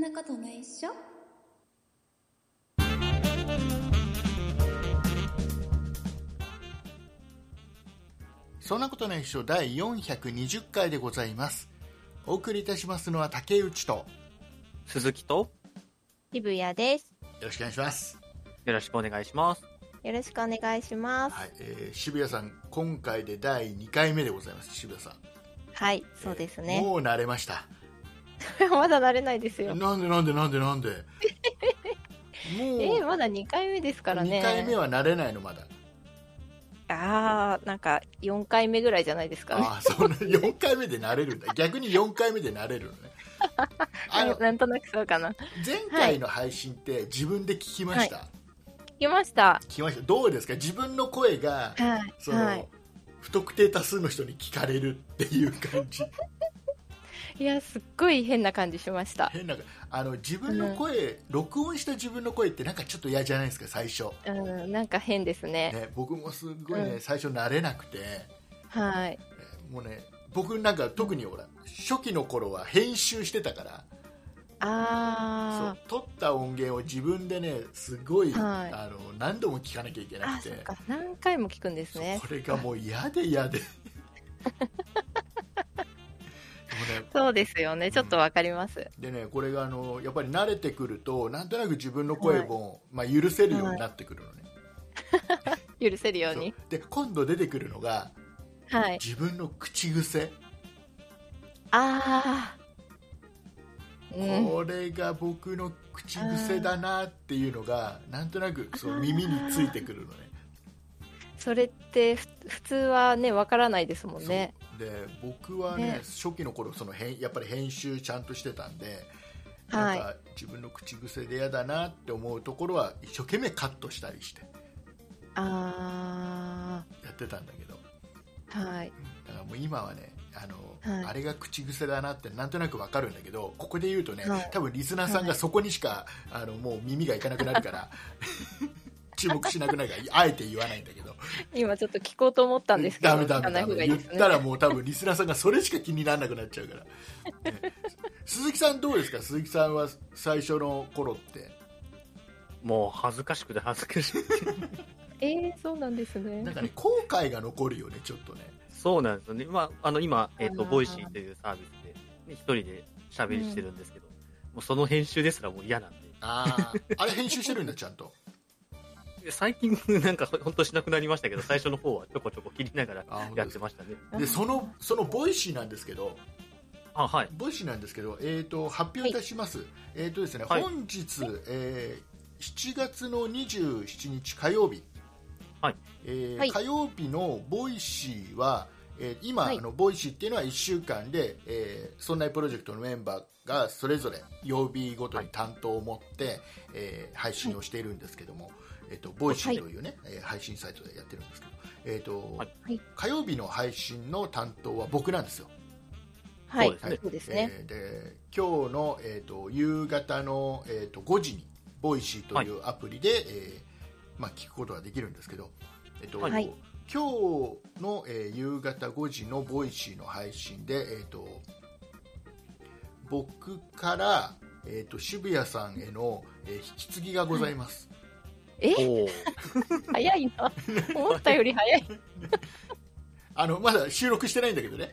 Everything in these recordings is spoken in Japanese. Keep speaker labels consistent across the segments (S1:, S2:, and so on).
S1: なことないっしょ
S2: そんなことないっしょ第420回でございます。お送りいたしますのは竹内と、よ
S3: 鈴木と、
S4: 渋谷です。
S2: ろしくお願いします。
S3: よろしくお願いします。
S4: よろしくお願いします。
S2: はい、えー渋谷さん、今回で第2回目でございます、渋谷さん。
S4: はい、そうですね。
S2: もう慣れました。
S4: まだ慣れないですよ。
S2: なんでなんでなんで なんで
S4: え
S2: も
S4: ー
S2: う、
S4: まだ2回目ですからね。
S2: 2回目は慣れないの、 まだ。
S4: ああ、なんか4回目ぐらいじゃないですかね。
S2: ああ、そんな、4回目で慣れるんだ。逆に4回目で慣れ るのね。あの、
S4: なんとなくそうかな。聞
S2: 前回の配信って自分で聞きました。
S4: きました。
S2: 聞きました。どうですか自分の声が、
S4: はい。
S2: その、
S4: はい。
S2: 不特定多数の人に聞かれるっていう感 じ
S4: いや、すっごい変な感じしました。
S2: 変なあの自分の声、録音した自分の声ってなんかちょっと嫌じゃないですか最初、
S4: うん、なんか変ですね。
S2: ね、僕もすごいね、
S4: うん
S2: 最初慣れなくて
S4: はい。
S2: もうね僕なんか特にほら初期の頃は編集してたからそう
S4: あ
S2: 撮った音源を自分でねすごい、
S4: はい
S2: あの何度も聞かなきゃいけ
S4: あ。
S2: な
S4: あ、
S2: くて
S4: そっか。何回も聞くんですね
S2: そう。これがもう嫌で嫌 ででもね
S4: そうですよね。ちょっとわかります。
S2: でねこれがあのやっぱり慣れてくるとなんとなく自分の声も、まあ、許せるようになってくるのね、
S4: 許せるよう
S2: そう
S4: に。
S2: で今度出てくるのが
S4: はい。
S2: 自分の口癖、
S4: ああ。うん。
S2: これが僕の口癖だなっていうのがなんとなくそう耳についてくるのね
S4: それってふ普通はねわからないですもんね
S2: そうで僕はね
S4: ね
S2: 初期の頃その編やっぱり編集ちゃんとしてたんで、
S4: はい
S2: なんか自分の口癖で嫌だなって思うところは一生懸命カットしたりして
S4: あ
S2: やってたんだけど
S4: あはい
S2: だからもう今はねあの、
S4: はい
S2: あれが口癖だなってなんとなくわかるんだけどここで言うとね、
S4: はい
S2: 多分リスナーさんがそこにしか、あのもう耳がいかなくなるから 注目しなくなるからあえて言わないんだけど
S4: 今ちょっと聞こうと思ったんですけど
S2: ダメダメ
S4: 聞かない
S2: ダ
S4: 方が
S2: メ
S4: いい
S2: 言
S4: で
S2: っ
S4: す
S2: た
S4: ね
S2: らもう多分リスナーさんがそれしか気にならなくなっちゃうから、ね鈴木さんどうですか鈴木さんは最初の頃って
S3: もう恥ずかしくて恥ずかしくて。
S4: えー、そうなんです
S2: なん
S4: ね
S2: かね後悔が残るよねちょっとね
S3: そうなんですよね。まあ、あの、今、えっ、と、
S4: あー
S3: ボイシーというサービスで、ね一人で喋りしてるんですけど、もうその編集ですらもう嫌なんで。
S2: あああれ編集してるんだちゃんと
S3: で最近、なんかほほんとしなくなりましたけど、最初の方はちょこちょこ切りながら
S2: あ本当
S3: やっ
S2: です
S3: てましたね。
S2: でそのそのボイシーなんですけど
S3: あ、はい。
S2: ボイシーなんですけど、えー、と発表いたします、えーとですね
S3: はい
S2: 本日、えー7月の27日火曜日、
S3: はい
S2: えー
S4: はい
S2: 火曜日のボイシーは、えー今、
S4: はい
S2: あのボイシーっていうのは1週間で、えー、そんなプロジェクトのメンバーがそれぞれ曜日ごとに担当を持って、えー配信をしているんですけども、えー、とボイシーという、ねえー配信サイトでやってるんですけど、えーと
S3: はい
S4: はい
S2: 火曜日の配信の担当は僕なんですよ。
S4: はい
S3: そうですね
S4: そうですね、
S2: えーで今日の、えー、と夕方の、えー、と5時にボイシーというアプリで、えーまあ、聞くことができるんですけど、えーと
S3: はい
S4: はい
S2: 今日の、えー夕方5時のボイシーの配信で、えー、と僕から、えー、と渋谷さんへの、えー引き継ぎがございます、
S4: え
S3: おお。
S4: 早いな思ったより 早い
S2: あのまだ収録してないんだけどね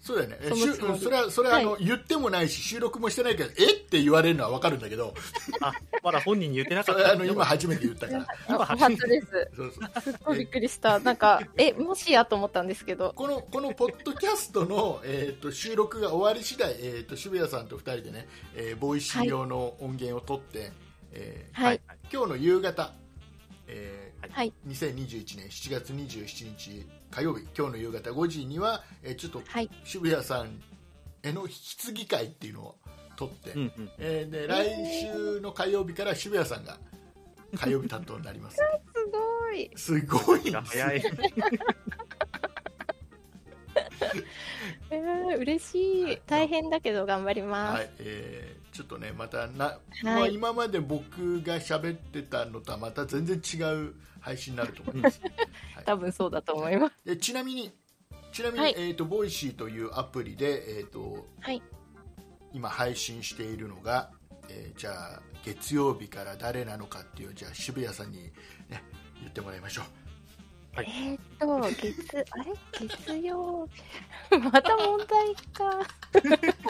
S2: そうだよねえ
S4: その
S2: しゅ
S4: つもり
S2: うんそれはそれはあの、言ってもないし収録もしてないけどえって言われるのは分かるんだけど
S3: あ、まだ本人に言っ てなか
S2: そ
S3: っ
S2: れ
S3: た
S2: あの今初めて言ったから
S4: お
S3: 今
S4: 初です
S2: そうそう
S4: すっごいびっくりしたなんかえもしやと思ったんですけど
S2: このこのポッドキャストの、えー、と収録が終わり次第、えー、と渋谷さんと2人でね、えーボイシー用の音源を取って、えー
S4: はい、
S3: はい。
S2: 今日の夕方、えー
S4: はい
S2: 2021年7月27日火曜日今日の夕方5時には、えーちょっと
S4: はい
S2: 渋谷さんへの引き継ぎ会っていうのを取って、
S3: うんうん。
S2: えーで来週の火曜日から渋谷さんが火曜日担当になります
S4: すごい
S2: すごいんですよ
S3: 早い。
S4: えー、嬉し
S2: はい
S4: い大変だけど頑張りま
S2: は
S4: す
S2: いえーちょっとねまたな、まあ
S4: はい
S2: 今まで僕が喋ってたのとはまた全然違う配信になると思い ます
S4: 多分そうだと思います
S2: でちなみにちなみに、
S4: はい
S2: えー、とボイシーというアプリで、えーと
S4: はい
S2: 今配信しているのが、えーじゃあ月曜日から誰なのかっていうじゃあ渋谷さんに、ね、言ってもらいましょう
S3: はい
S4: えーっと、月、あれ月曜日。 また問題か。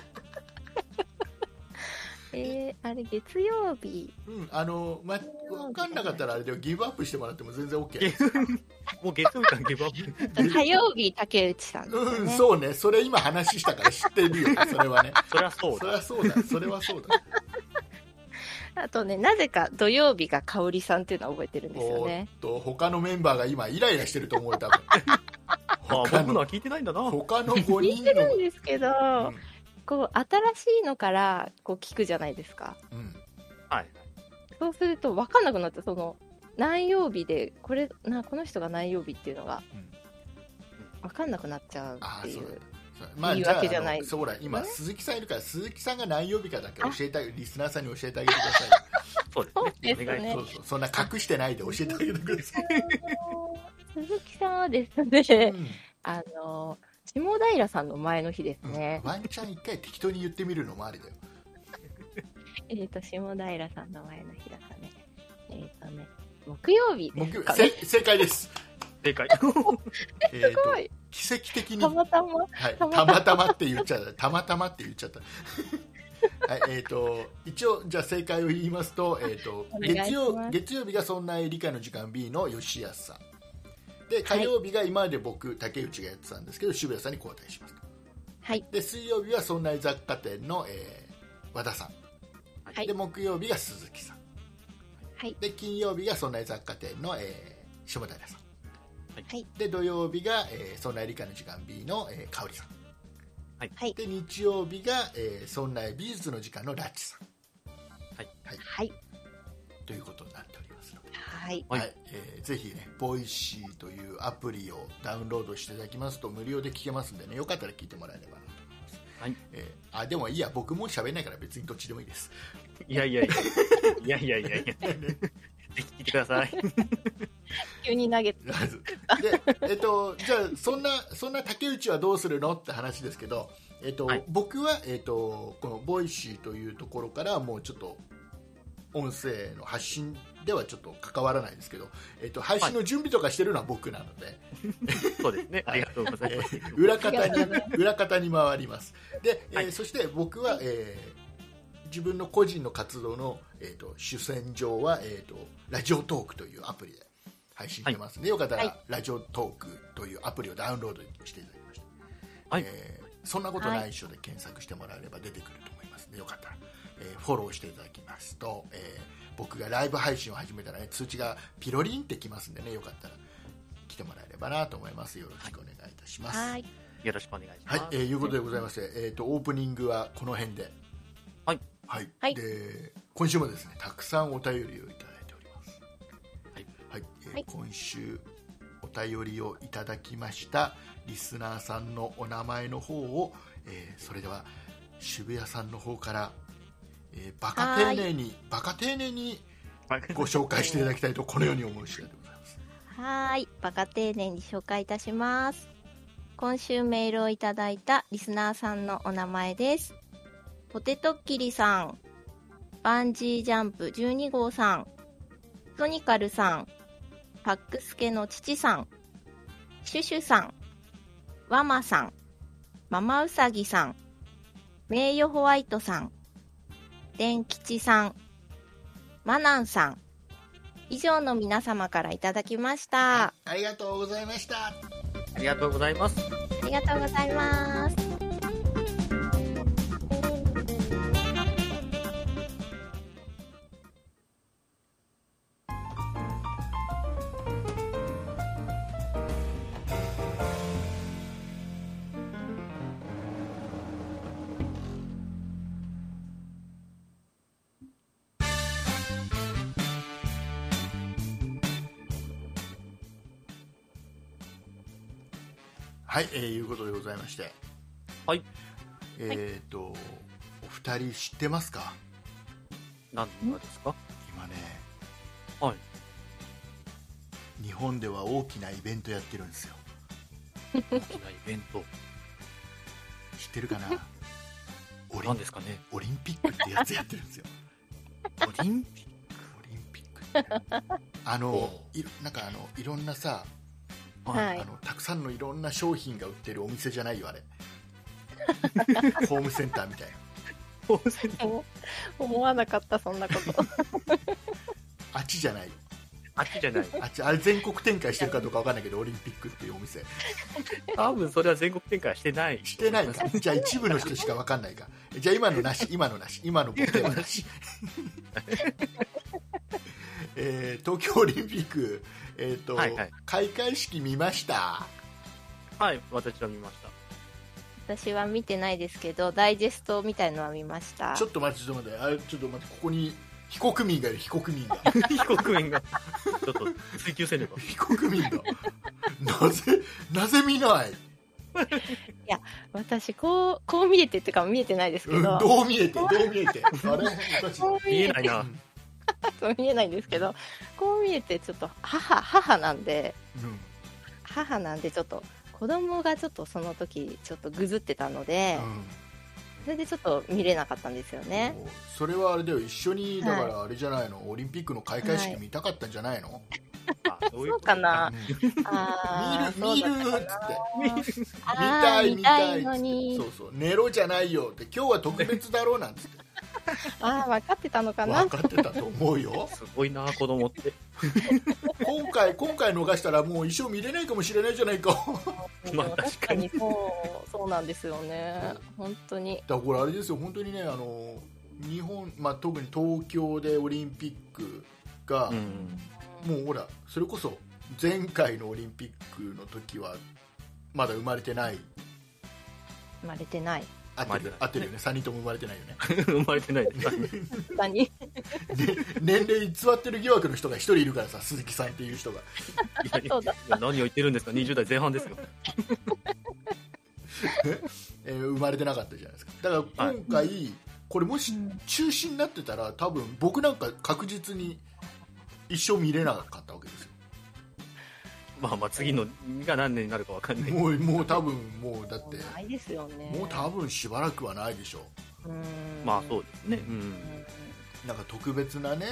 S4: えー、あれ、月曜日。
S2: うん、あの、ま、分かんなかったらあれでギブアップしてもらっても全然 OK
S3: ゲもう月曜日からゲバ
S4: 火曜日、竹内さんです
S2: う
S4: よ
S2: ん、
S4: ね。
S2: そうね、それ今話したから知ってるよ、それは ね。
S3: そりゃそう
S2: そ
S3: だ
S2: れはそうだ、それはそうだ。
S4: あとね、なぜか土曜日が香織さんっていうのは覚えてるんですよね。
S2: おーっと、他のメンバーが今イライラしてると思う、多分。
S3: あ
S2: 他
S3: 僕の
S2: の、
S3: は聞いてないんだな
S2: 他の5
S4: 聞い
S2: 人
S4: て
S2: の
S4: るん。ですけど、こう、新しいのから、こう、聞くじゃないですか。
S2: うんうん
S3: はい
S4: そうすると、分かんなくなって、その、何曜日で、これ、な、この人が何曜日っていうのが
S2: うん、
S4: 分かんなくなっちゃう
S2: あ
S4: って
S2: ー
S4: い
S2: そうう。だそうまあ、
S4: いい
S2: じゃあ
S4: わけじゃな
S2: あ
S4: い
S2: のそうだ今
S4: ね
S2: 鈴木さんいるから鈴木さんが何曜日かだけ教えてあげリスナーさんに教えてあげてくださ
S3: そうです
S4: そうです
S3: ね
S4: ね
S3: お願い
S2: い、
S3: し
S2: そう
S3: ま
S2: そうそんな隠してないで教えてあげてください、
S4: 鈴木さんはです
S2: う
S4: ね、
S2: ん
S4: あの、下平さんの前の日ですね。
S2: ワンチャン一回適当に言ってみるのもありだよ、
S4: えっと、下平さんの前の日だからね。えっ、とね、木曜日で
S2: 木
S4: す
S2: 曜
S4: か
S2: せ
S4: ね。
S2: 正解です、
S3: す 正解
S2: えーと
S4: すごい
S2: 奇跡的に
S4: たまたま。
S2: はい、
S4: た
S2: た
S4: また
S2: またまって言っちゃった。たまたまって言っち ゃった。はい、えっ、と、一応、じゃあ正解を言いますと、えっ、と
S4: お、願いします
S2: 月曜、月曜日がそんな理科の時間 B の吉安さん。で、火曜日が今まで僕、竹内がやってたんですけど、渋谷さんに交代しますと。
S4: はい。
S2: で、水曜日はそんな雑貨店の、えー和田さん。
S4: はい
S2: で、木曜日が鈴木さん。
S4: はい。
S2: で、金曜日がそんな雑貨店の、えー下平さん。
S3: はい
S4: はい
S2: で、土曜日が、えー、そんな理科の時間 B の、えー、香織さん。
S4: はい。
S2: で日曜日が、えー、そんな美術の時間のラッチさん
S4: はい。
S2: ということになっておりますので、
S4: はい。
S3: は
S2: はいいえーぜひねボイシーというアプリをダウンロードしていただきますと無料で聞けますんでねよかったら聞いてもらえればなと思います、
S3: はい
S2: えーあでもいいや僕も喋れないから別にどっちでもいいです
S3: いやいやいやいやいやいやいやぜひ聞いてください
S4: 急に投げて。
S2: で、えっと、じゃあそんなそんな竹内はどうするのって話ですけど、えっと
S3: はい
S2: 僕は、えっと、このボイシーというところからもうちょっと音声の発信ではちょっと関わらないですけど、えっと、配信の準備とかしてるのは僕なので、
S3: そうですねありがとうござい
S2: え
S3: ます
S2: ー裏方
S4: あり
S2: に
S4: がとうござ い
S2: 裏方に回りますで、えー
S3: はい
S2: そして僕は、えー自分の個人の活動の、えー、と主戦場は、えー、とラジオトークというアプリで配信してますので、よかったら、
S4: はい
S2: ラジオトークというアプリをダウンロードしていただきました、
S3: はい
S2: えーそんなことないっしょで検索してもらえれば出てくると思いますのでよかったら、えーフォローしていただきますと、えー僕がライブ配信を始めたら、ね、通知がピロリンってきますんでねよかったら来てもらえればなと思いますよろしくお願いいたします、
S4: はい。
S3: よろしくお願いしま
S2: はい
S3: す、、
S2: えーいうことでございまして、えー、とオープニングはこの辺では
S3: はい、
S2: はい
S4: はい
S2: で今週もですねたくさんお便りをいただいております
S3: はい
S2: はい、えー
S4: はい
S2: 今週お便りをいただきましたリスナーさんのお名前の方を、えーそれでは渋谷さんの方から、えー、バカ丁寧にバカ丁寧にご紹介していただきたいとこのように思う次第でございます
S4: はい。バカ丁寧に紹介いたします。今週メールをいただいたリスナーさんのお名前です。ポテトッキリさん、バンジージャンプ12号さん、トニカルさん、パックスケの父さん、シュシュさん、ワマさん、ママウサギさん、名誉ホワイトさん、電吉さん、マナンさん、以上の皆様からいただきました。
S2: ありがとうございました
S3: ありがとうございます
S4: ありがとうございます。
S2: はい、えー、いうことでございまして
S3: はい
S2: えっ、とお二人知ってますか
S3: 何がですか
S2: 今ね
S3: はい
S2: 日本では大きなイベントやってるんですよ
S3: 大きなイベント
S2: 知ってるかなオリ
S3: 何
S2: ン
S3: ですかね。
S2: オリンピックってやつやってるんですよ
S3: オリンピッ
S2: オリンピックあの
S3: お
S2: いろなんかあのいろんなさ、
S3: ク
S4: は
S2: あ
S4: い。
S2: のたくさんのいろんな商品が売ってるお店じゃない よあれホームセンターみたいな
S3: ホームセンター
S4: 思わなかった、そんなこと。
S2: あっちじゃないよ
S3: あっちじ ゃない。
S2: あっちあれ全国展開してるかどうかわかんないけどオリンピックっていうお店
S3: 多分それは全国展開してない。
S2: してないかじゃあ一部の人しかわかんないかじゃあ今のなし今のなし今のボケはなし えー東京オリンピック、えーと
S3: はいはい
S2: 開会式見ました
S3: はい、私は見ました。
S4: 私は見てないですけど、ダイジェストみたいのは見ました。
S2: ちょっと待ってちょっと待ってあれちょっと待ってここに非国民がいる非国民が
S3: 被告人が、ちょっと追求せねば。
S2: 非国民がなぜなぜ見ない、
S4: 私、こう、こう見えてってか見えてないですけ
S2: うん、
S4: ど、
S2: どう見えてどう見えてあれおかしい
S4: こう見
S3: 見え
S4: え
S3: ないな。
S4: と見えないんですけど、こう見えてちょっと母、母なんで、
S2: うん
S4: 母なんでちょっと子供がちょっとその時ちょっとぐずってたので、
S2: うん
S4: それでちょっと見れなかったんですよね。
S2: もうそれはあれだよ一緒にだか
S4: はい
S2: らあれじゃないの、オリンピックの開会式
S4: はい
S2: 見たかったんじゃないの、
S3: あそ
S4: そうかな。
S2: うん
S4: あー
S2: 見る
S4: そう
S2: 見
S4: だ
S2: るっつって見
S4: あ
S2: た
S4: ー
S2: い見たいっつっ
S4: 見たいの
S2: て
S4: に
S2: そうそう寝ろじゃないよって今日は特別だろうなんつって
S4: あー、分かってたのかな
S2: 分。かってたと思う よ
S3: すごいな、子供って。
S2: 今回今回逃したらもう一生見れないかもしれないじゃないか だか
S3: まあ確かに
S4: そう、そうなんですよね。本当に。
S2: らこれあれですよ本当にねあの日本、まあ、特に東京でオリンピックが、
S3: うん。
S2: もうほらそれこそ前回のオリンピックの時はまだ生まれてない
S4: 生まれてない。
S2: 合ってる
S3: 生まれてない
S2: 合ってるよね3人とも生まれてないよね
S3: 生まれてないです。
S4: 本当に。
S2: 年齢偽ってる疑惑の人が1人いるからさ鈴木さんっていう人が
S3: いやいや
S4: そうだ
S3: 何を言ってるんですか、20代前半ですよ。
S2: えー生まれてなかったじゃないですかだから今回、これもし中止になってたら多分僕なんか確実に一生見れなかったわけですよ
S3: まあまあ、次のが何年になるかわかんない。
S2: もうもう多分もうだって
S4: ないですよね。
S2: もう多分しばらくはないでしょ
S4: うん
S3: まあそうですね。うん。
S2: うなんか特別なね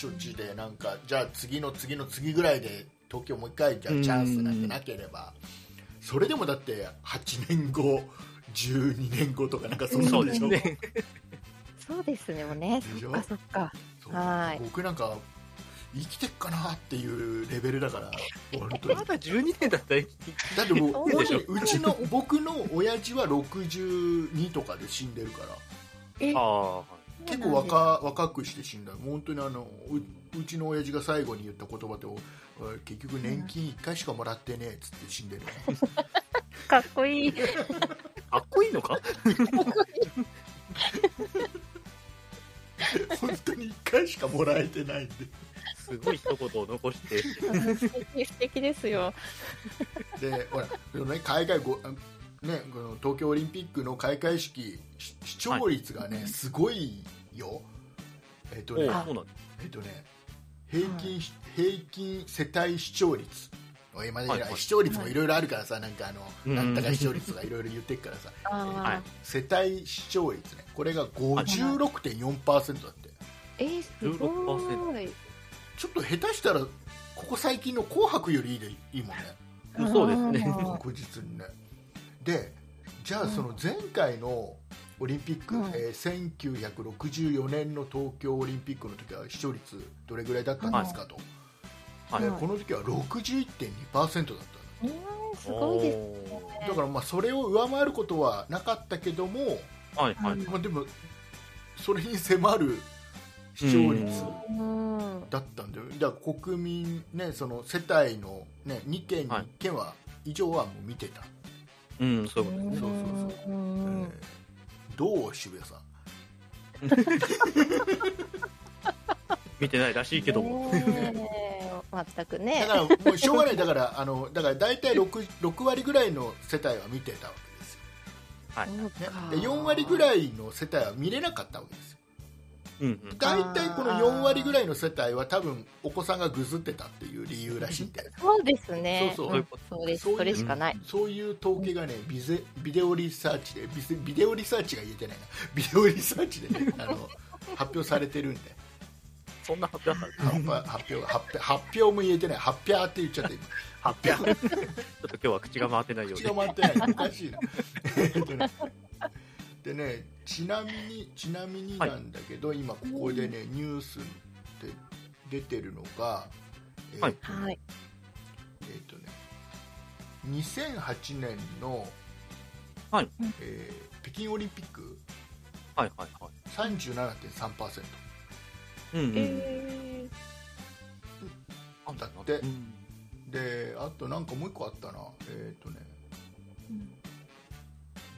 S2: 処置でなんかじゃあ次の次の次ぐらいで東京もう一回じゃあチャンスなんてなければそれでもだって8年後12年後とかなんかそんな
S3: そうんで
S2: でし
S3: す
S2: ょ
S3: ね。
S4: そうですよね。
S2: でし
S4: そ
S2: ょ
S4: っかそっか。
S2: そう
S4: はい
S2: 僕なんか生きてっかなっていうレベルだから本当に
S3: まだ12年だったら生きていけ
S2: だってもう
S4: そう
S3: でしょ
S2: うちの僕の親父は62とかで死んでるから
S4: え
S3: る。ああ、は
S2: 結構若若くして死んだ本当にあのううちの親父が最後に言った言葉でお「結局年金1回しかもらってねえ」っつって死んでるね
S4: かっこいい。
S3: いかっこいいのか
S2: 本当に1回しかもらえてないんです
S3: ごい一言を残して。
S4: 素敵素敵ですよ。
S2: でほらそのね海外ごあねこの東京オリンピックの開会式し視聴率がね、すごいよえっと
S3: お
S2: ね
S3: うそうなんで
S2: えっとね平均、平均世帯視聴率おいまだ
S3: はいはい
S2: 視聴率もいろいろあるからさ、なんかあの、
S3: うん
S2: なんとか視聴率とかいろいろ言ってっからさ、
S3: は
S4: あ
S3: い
S2: 世帯視聴率ね、これが56.4%だって、
S4: ーえー、すごい。
S2: ちょっと下手したら、ここ最近の紅白よりいいでいいもんね、
S3: す。そうですね。
S4: あ
S2: 確実にね。で、じゃあ、その前回のオリンピック、
S4: うん
S2: えー1964年の東京オリンピックの時は視聴率、どれぐらいだったんですかと、
S3: はい
S2: で。
S4: うん
S2: この時は61.2%だったの。
S4: ーうんすごいですね。
S3: お
S2: だからまあそれを上回ることはなかったけども、
S3: ーはいはい。
S2: まあ、でもそれに迫る視聴率
S4: うん。
S2: だったんだよだから国民、ね、その世帯の、ね、2件に
S3: はい
S2: 1件は以上はもう見てた、
S3: うん、そういうことですね。
S2: そう
S4: そう。ん
S2: えーどう渋谷さん
S3: 見てないらしいけども。
S4: ねえ全くね
S2: だからもうしょうがないだからあのだから大体 6, 6割ぐらいの世帯は見てたわけですよ、
S3: はい。
S4: そうか
S2: ね、で4割ぐらいの世帯は見れなかったわけですよ
S3: うんうん。
S2: 大体この4割ぐらいの世帯は多分お子さんがぐずってたっていう理由らしいんで
S4: そうですね。
S2: そう
S3: そういうこ
S4: んそうです。それしかない。
S2: そういう統計がねビゼビデオリサーチでビゼビデオリサーチが言えてないなビデオリサーチで、 ね、あの発表されてるんで
S3: そんな発表だった
S2: 発表発表発表発表も言えてない発表って言っちゃって今
S3: 発表。ちょっと今日は口が回ってないよう
S2: 口
S3: で
S2: が。回ってないおかし いなえっとねでねちなみにちなみになんだけど、今ここでねニュースで出てるのがえっ、
S3: はい
S2: とね
S4: はい。
S2: えっとね2008年の、
S3: はい
S2: えー北京オリンピック
S3: はいはいは
S2: 37.3%
S3: い。うんうん。
S4: え
S3: あ
S2: だって
S3: うん
S2: であとなんかもう一個あったなえっ、とね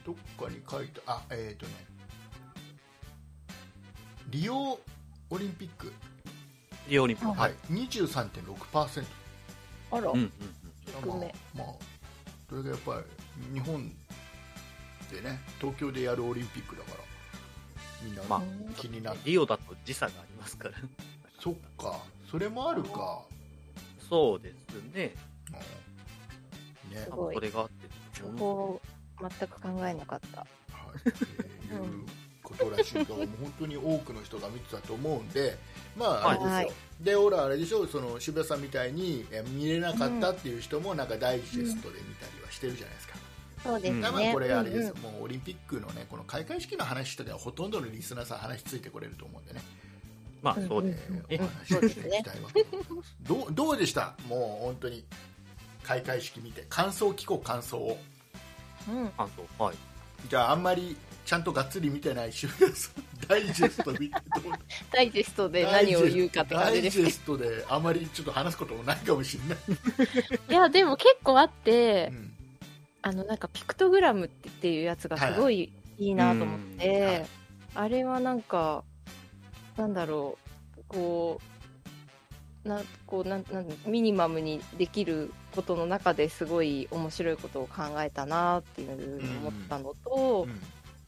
S2: どっかに書いてあえっ、とねリオオリンピック、
S3: リオオリンピック。
S2: はい、23.6%
S4: ー、あら
S3: うんう。ん
S4: 低め
S2: まあまあそれがやっぱり日本でね東京でやるオリンピックだからみんな、
S3: まあ
S4: うん
S2: 気に
S3: う
S2: なっ
S3: ん。
S2: て
S3: リオだと時差がありますから。
S2: そっかそれもあるか、
S3: そうですね。
S2: うんね
S4: す
S3: 多
S4: ご
S3: 分
S4: い
S3: それがあって。
S4: そこ全く考えなかった。
S2: はい、えーいうことらしいと、もう本当に多くの人が見てたと思うんで、まあ、あれですよ、
S4: はい
S2: で、ほら、あれでしょ、その渋谷さんみたいにえー見れなかったっていう人も、なんかダイジェストで見たりはしてるじゃないですか、
S4: そうです
S3: うん
S2: だから
S4: ね。
S2: これ、あれです
S4: うんう
S2: よ、もうオリンピックのね、この開会式の話とかは、ほとんどのリスナーさん、話ついてこれると思うんでね、
S3: まあそうです。
S2: えーお話ししていきたいわけでございますどうどうでした、もう本当に開会式見て、感想聞こう、感想を。
S4: んうん。
S3: 感想。はい。
S2: じゃああんまりちゃんとがっつり見てない渋谷さんダイジェスト見てどう
S4: ダイジェストで何を言うかって感じです
S2: ダイジェストであまりちょっと話すこともないかもしれない、
S4: いやでも結構あって、
S2: うん
S4: あのなんかピクトグラムってっていうやつがすごいいいなと思って、
S2: うんはい
S4: あれはなんかなんだろうこうなこうなんなんミニマムにできることの中ですごい面白いことを考えたなっていうのを思ったのと、
S2: うん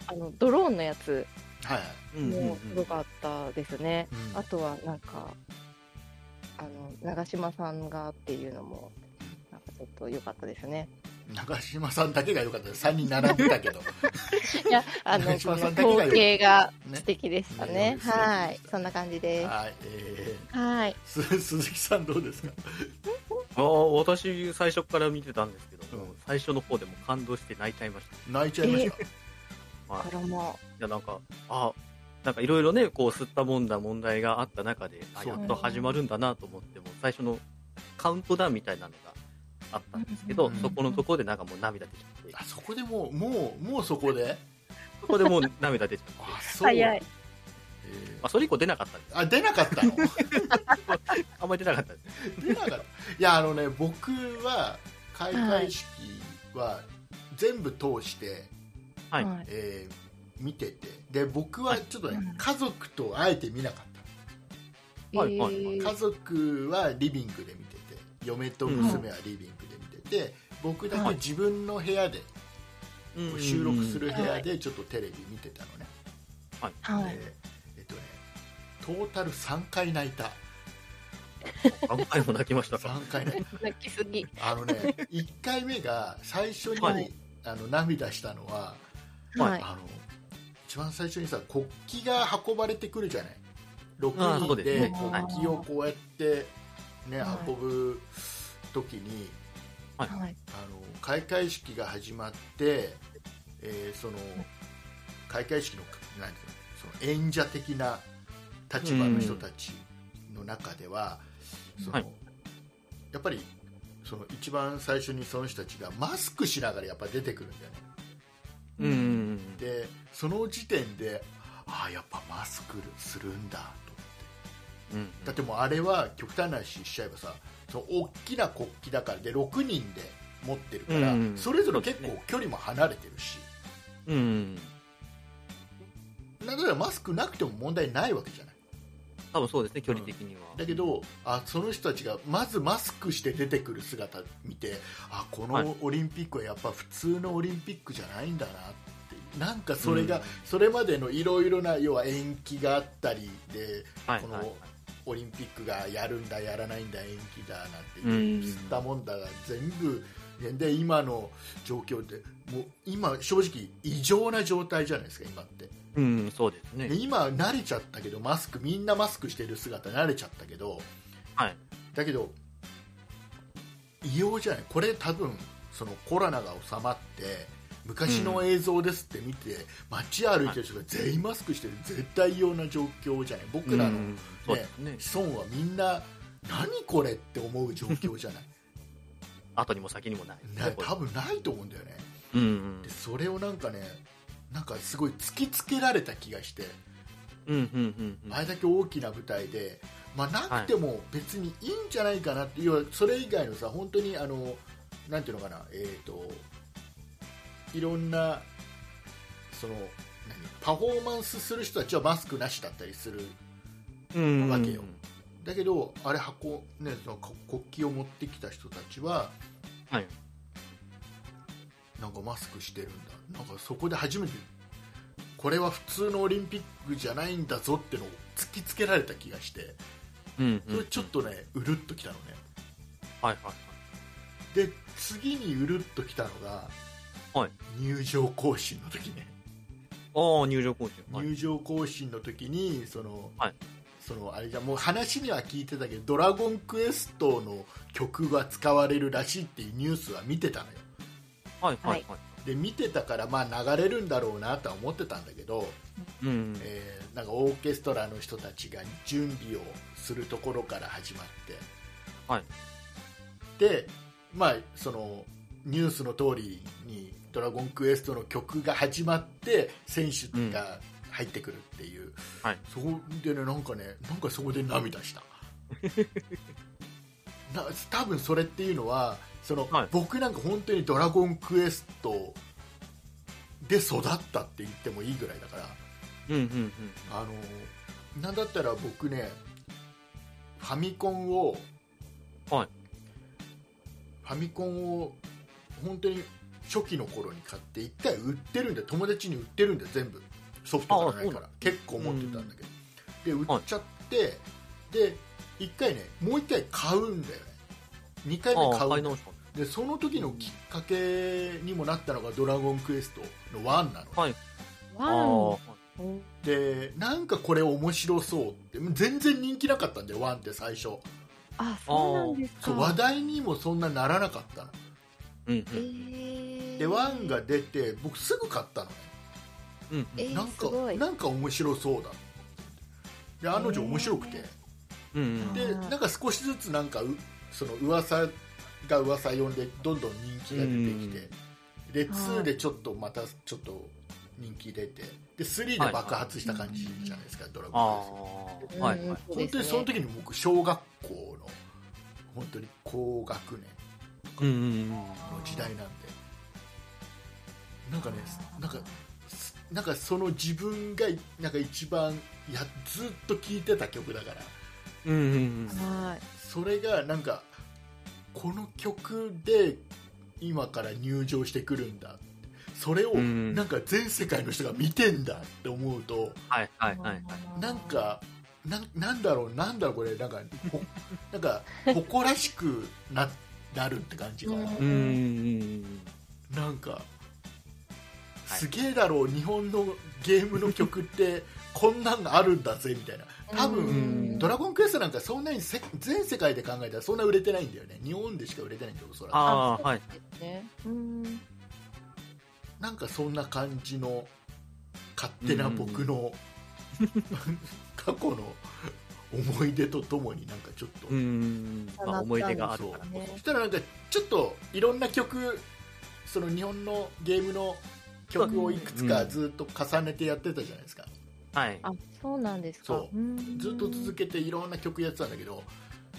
S4: あのドローンのやつ
S2: はい、
S3: うんうんう
S4: も
S3: ん。
S4: すごかったですね、
S2: うん
S4: あとはなんかあの長嶋さんがっていうのもなんかちょっと良かったですね。
S2: 長嶋さんだけが良かったです3人並んでたけど
S4: いや、あの、
S2: 長
S4: こ
S2: 嶋
S4: の
S2: さんだけが
S4: 光景が
S2: ね
S4: 素敵でした
S2: ねそ
S4: ね。
S2: うです
S4: はい、そんな感じです。
S2: はい、え
S4: はい。
S2: ー、す鈴木さんどうですか
S3: ああ、私、最初から見てたんですけど、
S2: うん
S3: 最初の方でも感動して泣いちゃいまし
S2: 泣いちゃいました、
S3: た。はい
S4: こ。れも、
S3: いや、なんか、あなんかいろいろね、こう、吸ったもんだ問題があった中で、あ
S2: そう
S3: やっと始まるんだなと思っても、最初のカウントダウンみたいなのがあったんですけど、
S2: うん
S3: そこのところでなんかもう涙出ちゃって
S2: あ、そこでもうもうもうそこで
S3: そこでもう涙出ちゃって、 ま
S2: あそう
S4: 早い。
S2: えー
S3: あ、それ以降出なかったんです。
S2: あ出なかったの
S3: あんまり出なかったんです。
S2: 出なかったいやあのね僕は開会式は全部通して、
S3: は
S4: はいい。
S2: えー見ててで僕はちょっとね、
S4: はい
S2: 家族とあえて見なかっ
S3: はいはい
S4: えー
S2: た家族はリビングで見てて嫁と娘はリビングで見てて、僕だ
S3: は
S2: け
S3: い
S2: 自分の部屋で、
S3: うん
S2: 収録する部屋でちょっとテレビ見てたのね、
S4: はい。
S2: でえっとねトータル3回泣いた
S3: 何回も泣きましたから。
S2: 3回泣い
S4: 泣きすぎ。
S2: たあのね1回 目が最初に、
S3: はい
S2: あの涙したのは、
S4: はい。
S2: あの一番最初にさ国旗が運ばれてくるじゃない
S3: あ
S2: 6
S3: ーそ
S2: 人
S3: うです
S2: で
S3: ね
S2: 国旗をこうやって、ね
S4: はい
S2: 運ぶ時に
S4: はい。
S2: あの開会式が始まって、えーその開会式のなんていうのその演者的な立場の人たちの中では、
S4: うん
S2: その
S3: はい
S2: やっぱりその一番最初にその人たちがマスクしながらやっぱ出てくるんだよね。
S3: うんうんうん。
S2: でその時点でああやっぱマスクするんだと
S3: うんうん
S2: だってもうあれは極端な話しちゃえばさその大きな国旗だからで6人で持ってるから、
S3: うんうん
S2: それぞれ結構距離も離れてるし、
S3: うんうん。
S2: なんだらマスクなくても問題ないわけじゃない
S3: 多分そうですね、距離的には。
S2: だけどあその人たちがまずマスクして出てくる姿見てあこ
S3: はい
S2: のオリンピックはやっぱ普通のオリンピックじゃないんだなっていうなんかそれが、
S3: うん
S2: それまでのいろいろな要は延期があったりで
S3: はい
S2: こ
S3: は
S2: の
S3: いはい
S2: オリンピックがやるんだやらないんだ延期だなんて
S3: う
S2: 言
S3: ん
S2: って吸ったもんだが全部で今の状況でもう今正直異常な状態じゃないですか今って
S3: うん、そうですね
S2: で。今慣れちゃったけどマスクみんなマスクしてる姿慣れちゃったけど
S3: はい。
S2: だけど異様じゃないこれ多分そのコロナが収まって昔の映像ですって見て、街歩いてる人が全員マスクしてる絶対異様な状況じゃない僕らの
S3: うんそうですね。
S2: 子孫はみんな何これって思う状況 じゃない
S3: 後にも先にもない。
S2: な多分ないと思うんだよね
S3: うんうん
S2: でそれをなんかねなんかすごい突きつけられた気がして
S3: うんうんうんうん
S2: あれだけ大きな舞台で、まあ、なくても別にいいんじゃないかなって、い、要はそれ以外のさ本当にあのなんていうのかな、えー、といろんなその何パフォーマンスする人たちはマスクなしだったりする
S3: うんうん
S2: わけよだけどあれ箱、ね、そのこ国旗を持ってきた人たちは
S3: はい。
S2: なんかマスクしてるんだなんかそこで初めてこれは普通のオリンピックじゃないんだぞってのを突きつけられた気がして
S3: うんうん
S2: それちょっとねうるっときたのね。
S3: はいは
S2: で次にうるっときたのが、
S3: はい
S2: 入場行進の時ね、
S3: い。ああ、入場行進。はい
S2: 入場行進の時にその、
S3: はい
S2: そのあれじゃもう話には聞いてたけど「ドラゴンクエスト」の曲が使われるらしいっていうニュースは見てたのよ
S3: はいはいはい。
S2: で見てたからまあ流れるんだろうなとは思ってたんだけど、
S3: うんうん。
S2: えーなんかオーケストラの人たちが準備をするところから始まって、
S3: はい
S2: で、まあ、そのニュースの通りに「ドラゴンクエスト」の曲が始まって選手が入ってくるっていう、
S3: はい
S2: そこでねなんかねなんかそこで涙した な多分それっていうのはその、
S3: はい
S2: 僕なんか本当に「ドラゴンクエスト」で育ったって言ってもいいぐらいだから。
S3: うんうんうん。
S2: あのなんだったら僕ねファミコンを、
S3: はい
S2: ファミコンを本当に初期の頃に買って一回売ってるんで友達に売ってるんで全部ソフトがない
S3: あそう
S2: か
S3: な
S2: ら結構持ってたんだけど、で売っちゃって、で一回ねもう一回買うんだよね2回目買
S3: ああ、買
S2: う
S3: い
S2: んだ
S3: 直
S2: よ
S3: したんで
S2: でその時のきっかけにもなったのが「ドラゴンクエスト」の1なの
S3: す。はい。あ
S4: ワ
S3: あ、
S4: ン
S3: はい
S2: でなんかこれ面白そうって全然人気なかったんでワンって最初
S4: あ、そうなんですか。
S2: そう話題にもそんなならなかったの
S3: うん
S4: えー
S2: でワンが出て僕すぐ買ったのね
S3: うん。うん
S4: えー
S2: なん
S4: すご
S2: か
S4: い
S2: なんか面白そうだで案の定面白くて
S3: うんうん。
S4: え
S2: で
S4: あー
S2: なんか少しずつなんかうその噂が噂呼んでどんどん人気が出てきてで2でちょっとまたちょっと人気出てで3で爆発した感じじゃないですか、ドラ
S3: ああ
S2: ゴンクエスト
S3: ー、はいはい。
S4: そう
S2: 本当
S4: です
S2: に
S4: ね
S2: その時に僕小学校の本当に高学年
S3: うんうんうん。
S2: の時代なんでなんかねなんかなんかその自分がなんか一番やずっと聴いてた曲だから
S3: うんうんうん。
S4: はい。
S2: それがなんかこの曲で今から入場してくるんだそれを
S3: うん
S2: なんか全世界の人が見てんだって思うと
S3: はいはいはいはい。
S2: なんかなんなんだろうなんだろうこれなんかほ なんか誇らしくななるって感じかな、
S4: うん
S3: うんうんうん。
S2: なんかすげえだろう日本のゲームの曲ってこんなんあるんだぜみたいな多分、
S3: うん
S2: ドラゴンクエストなんかそんなにせ全世界で考えたらそんな売れてないんだよね日本でしか売れてないんだよおそらく
S3: ああ、はい。
S4: ですね。うん。
S2: なんかそんな感じの勝手な僕の 過去の思い出とともになんかちょっと、
S3: うんうんうん。まあ、思い出があるから。
S4: ね
S2: そしたらなんかちょっといろんな曲その日本のゲームの曲をいくつかずっと重ねてやってたじゃないですか、
S3: はい。
S4: あ、そうなんですか。
S2: そう
S4: うん
S2: ずっと続けていろんな曲やってたんだけど、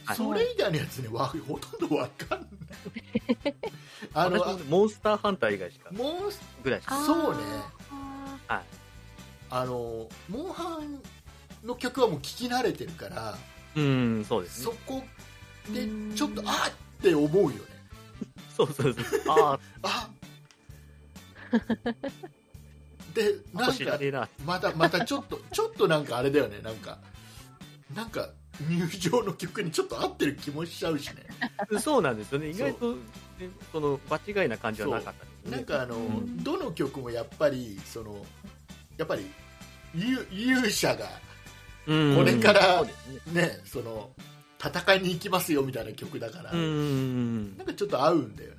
S3: はい
S2: それ以外のやつねわほとんどわかん ないあのあ
S3: 私もモンスターハンター以外しか、
S2: モンス
S3: ぐらいし
S4: あ
S3: か。
S4: ー
S2: そうね
S4: あ
S3: はい。
S2: あのモンハンの曲はもう聴き慣れてるから
S3: うん、そうです
S2: そ
S3: ね。
S2: こ
S4: ー
S2: で
S4: うん
S2: ちょっとあーって思うよね
S3: そうそうそう。ああ、
S2: あでなん
S3: 腰痛
S2: か
S3: ねえな。
S2: またまたちょっと ちょっとなんかあれだよねなんかなんか入場の曲にちょっと合ってる気もしちゃうしね
S3: そうなんですよね。意外と、ねその、場違いな感じはなかったですね。
S2: なんかあの、
S4: うん
S2: どの曲もやっぱりそのやっぱり勇勇者が
S3: うん
S2: これから
S3: そうですね
S2: ねその戦いに行きますよみたいな曲だから、
S3: うんうんうん
S2: なんかちょっと合うんだよね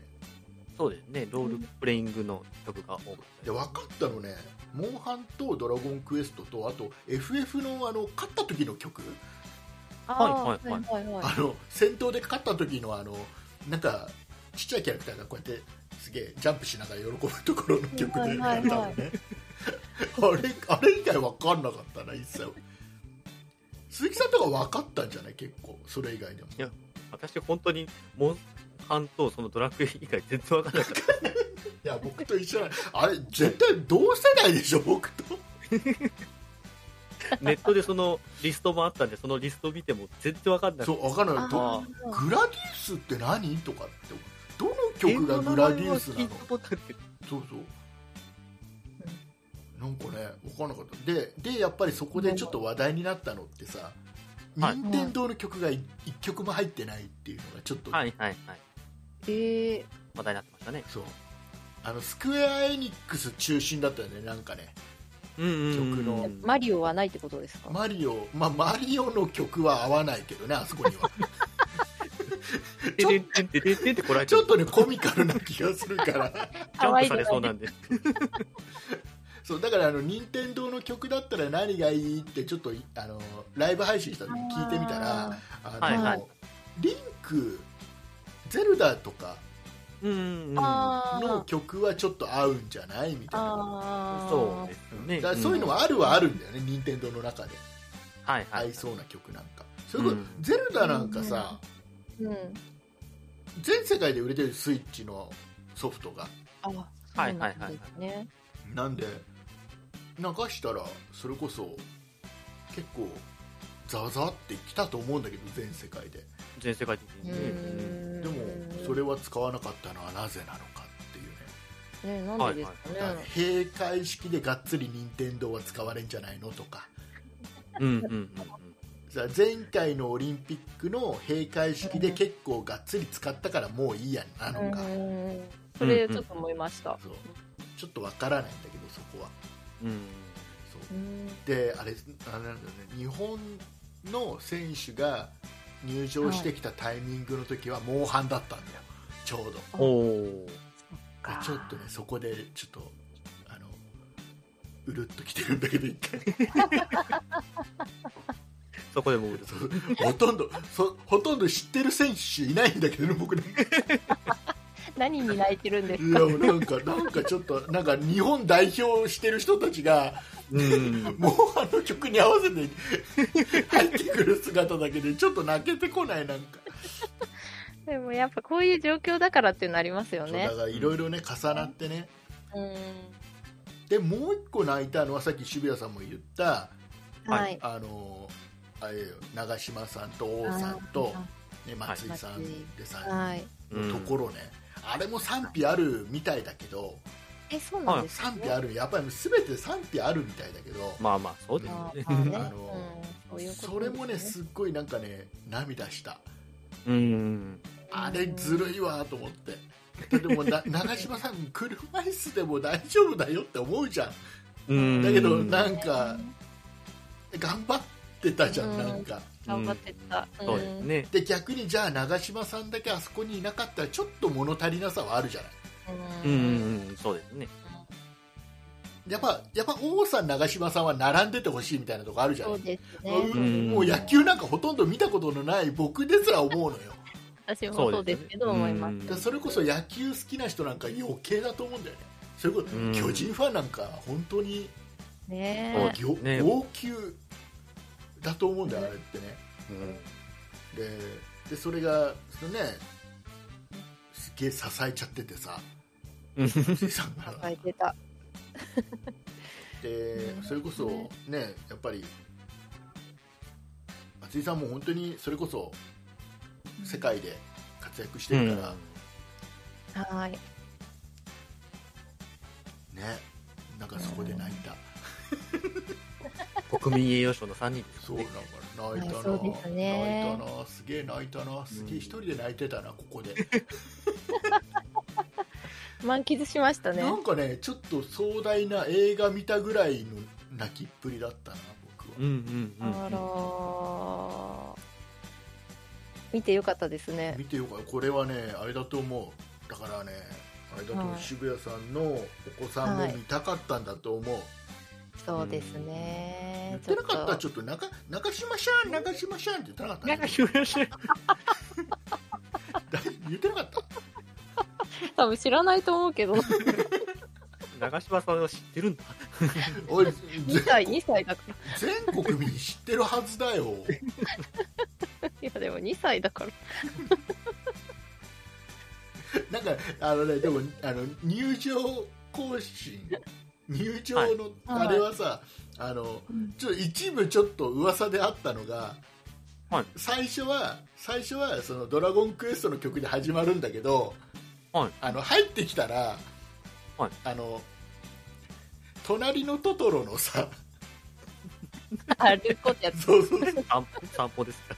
S3: そうですね。ロールプレイングの曲が多かった
S2: で分かったのねモンハンとドラゴンクエストとあと FF のあの勝った時の曲
S4: あ
S3: はいはい
S4: ーはいはい
S2: あの戦闘で勝った時のあのなんかちっちゃいキャラクターがこうやってすげえジャンプしながら喜ぶところの曲だよね、
S4: はいはいはい
S2: 多分ねあれあれ以外分かんなかったな一切鈴木さんとか分かったんじゃない結構それ以外でも
S3: 私、本当に、モンハンとそのドラクエ以外全然わからなかった。
S2: いや僕と一緒なのあれ絶対同世代でしょ僕と
S3: ネットでそのリストもあったんで、そのリスト見ても全然わかんな
S2: そ
S3: く
S2: う分かんないど
S4: あー
S2: グラディウスって何とかってどの
S3: て。
S2: 曲がグラディウスな
S3: 英
S2: の
S3: 語名は聞いたことあるけど
S2: そうそうなんかね分からなかったででやっぱりそこでちょっと話題になったのってさ
S3: はい
S2: 任天堂の曲が1曲も入ってないっていうのがちょっと、
S3: はいはいはい。
S4: えー
S3: 話題になってましたね。
S2: そうあのスクエア・エニックス中心だったよねなんかね
S3: うんうん
S2: 曲の
S4: マリオはないってことですか
S2: マリオ、まあ、マリオの曲は合わないけどねあそこには
S3: ちょっと、ててててこられ
S2: ちょっとねコミカルな気がするから
S3: ジャンプされそうなんで。
S2: そうだからあの任天堂の曲だったら何がいいってちょっとあのライブ配信した時に聞いてみたらあの、
S3: はいはい
S2: リンクゼルダとか
S3: うんうんうん。
S4: あー
S2: の曲はちょっと合うんじゃないみたいな、
S4: あー
S3: そうですよね。
S2: だからそういうのはあるはあるんだよね、任天堂の中で
S3: うんはいは
S2: 合
S3: い
S2: い。そうな曲なんか、それこそ
S3: うん
S2: ゼルダなんかさ、
S4: うん
S2: 全世界で売れてるスイッチのソフトが
S4: あ
S3: はいはいはいはい
S4: そうなんですね
S2: なんで流したらそれこそ結構ザワザワってきたと思うんだけど全世界で
S3: 全世界的にね。うん
S4: うーん
S2: でもそれは使わなかったのはなぜなのかっていうね
S4: ねなんでですかね、
S2: だから閉会式でがっつり任天堂は使われんじゃないのとか
S3: うんうんうん。
S2: さ前回のオリンピックの閉会式で結構がっつり使ったからもういいやなのか、
S4: うんそれちょっと思いました、
S2: そうちょっとわからないんだけどそこは
S3: うんうん。
S2: そう
S4: うん
S2: であれあれなんだよね日本の選手が入場してきたタイミングの時は猛反だったんだよちょうどで
S3: おお。
S4: か
S2: ちょっとねそこでちょっとあのうるっときてるんだけど一回
S3: そこでもう、
S2: そう ほとんどそほとんど知ってる選手いないんだけどね僕なんか
S4: 何に泣いてるんです
S2: いやもうなんかなんかちょっとなんか日本代表してる人たちが
S3: うん。
S2: もうあの曲に合わせて入ってくる姿だけでちょっと泣けてこないなんか
S4: でもやっぱこういう状況だからっていうのありますよ
S2: そう
S4: ね
S2: だ。からいろいろね重なってね
S4: うん。
S2: でもう一個泣いたのはさっき渋谷さんも言った、
S4: はい。
S2: あのあれよ長嶋さんと王さんと、ね、松井さんでさ、
S4: はい。
S3: うん
S2: ところねあれも賛否あるみたいだけど
S4: え、そうなんですか、
S2: 賛否あるやっぱり全て賛否あるみたいだけど、
S3: まあまあ、そうです
S4: あ
S3: よ
S4: ー
S3: ね。
S4: まあね
S2: あの
S4: うんそういうこと
S2: それもね
S4: です
S2: っごいなんかね涙した
S3: うん。
S2: あれずるいわと思ってだってもうな 長嶋さん車椅子でも大丈夫だよって思うじゃん
S3: うん。
S2: だけどな
S3: うん
S2: か頑張ってたじゃんなんか
S4: 頑張ってた。うん
S3: そうですね。
S2: で逆にじゃあ長嶋さんだけあそこにいなかったらちょっと物足りなさはあるじゃない
S3: うん
S4: うん。
S3: うんうん。そうですね。
S2: やっぱやっぱ王さん長嶋さんは並んでてほしいみたいなとこあるじゃな
S4: そ
S2: いう
S4: ですね。
S2: う
S3: うん
S2: もう野球なんかほとんど見たことのない僕ですら思うのよ
S4: 私もそうですけど思います。
S2: だからそれこそ野球好きな人なんか余計だと思うんだよねそれこそ
S3: うん
S2: 巨人ファンなんか本当に
S4: ね
S3: そう
S2: ぎょ
S3: ね
S2: 号泣だと思うんだよあれってね
S3: うん。
S2: ででそれがそのねすげえ支えちゃっててさ
S3: うん
S2: 松井さんが
S4: 抱えてた。
S2: でそれこそねやっぱり松井さんも本当にそれこそ世界で活躍してるから、
S4: はい。
S2: ねなんかそこで泣いた、
S3: 国民栄養賞の3人です
S2: そ
S3: か
S2: うだから泣
S3: ね
S2: いたな、
S4: そうですね
S2: 泣いたなすげえ泣いたなすげえ
S3: うん
S2: 一人で泣いてたなここで、
S4: 満喫しましたね
S2: なんかねちょっと壮大な映画見たぐらいの泣きっぷりだったな僕は、
S3: うんうんうん
S4: あらー見てよかったですね
S2: 見てよかったこれはねあれだと思うだからねあれだと思う、
S4: はい
S2: 渋谷さんのお子さんも見たかったんだと思う、
S4: そうですね
S2: 言ってなかったら
S4: ち
S2: ちょっと中中島シャン中島シャンって言ってなかった、
S3: なんか広しい
S2: だ言ってなか った
S4: ょっと多分知らないと思うけど
S3: 長嶋さんは知ってるんだ
S2: おいぜ
S4: 2歳2歳だから
S2: 全国民知ってるはずだよ
S4: いやでも2歳だから
S2: なんかあのねでもあの入場更新入場の、
S4: はい
S2: あれはさあのちょっと一部ちょっと噂であったのが、
S3: はい
S2: 最初は最初はそのドラゴンクエストの曲で始まるんだけど、
S3: はい
S2: あの入ってきたら、
S3: はい
S2: あの隣のトトロのさ
S4: 歩こうってやつ
S2: そうそう
S3: 散歩散歩ですか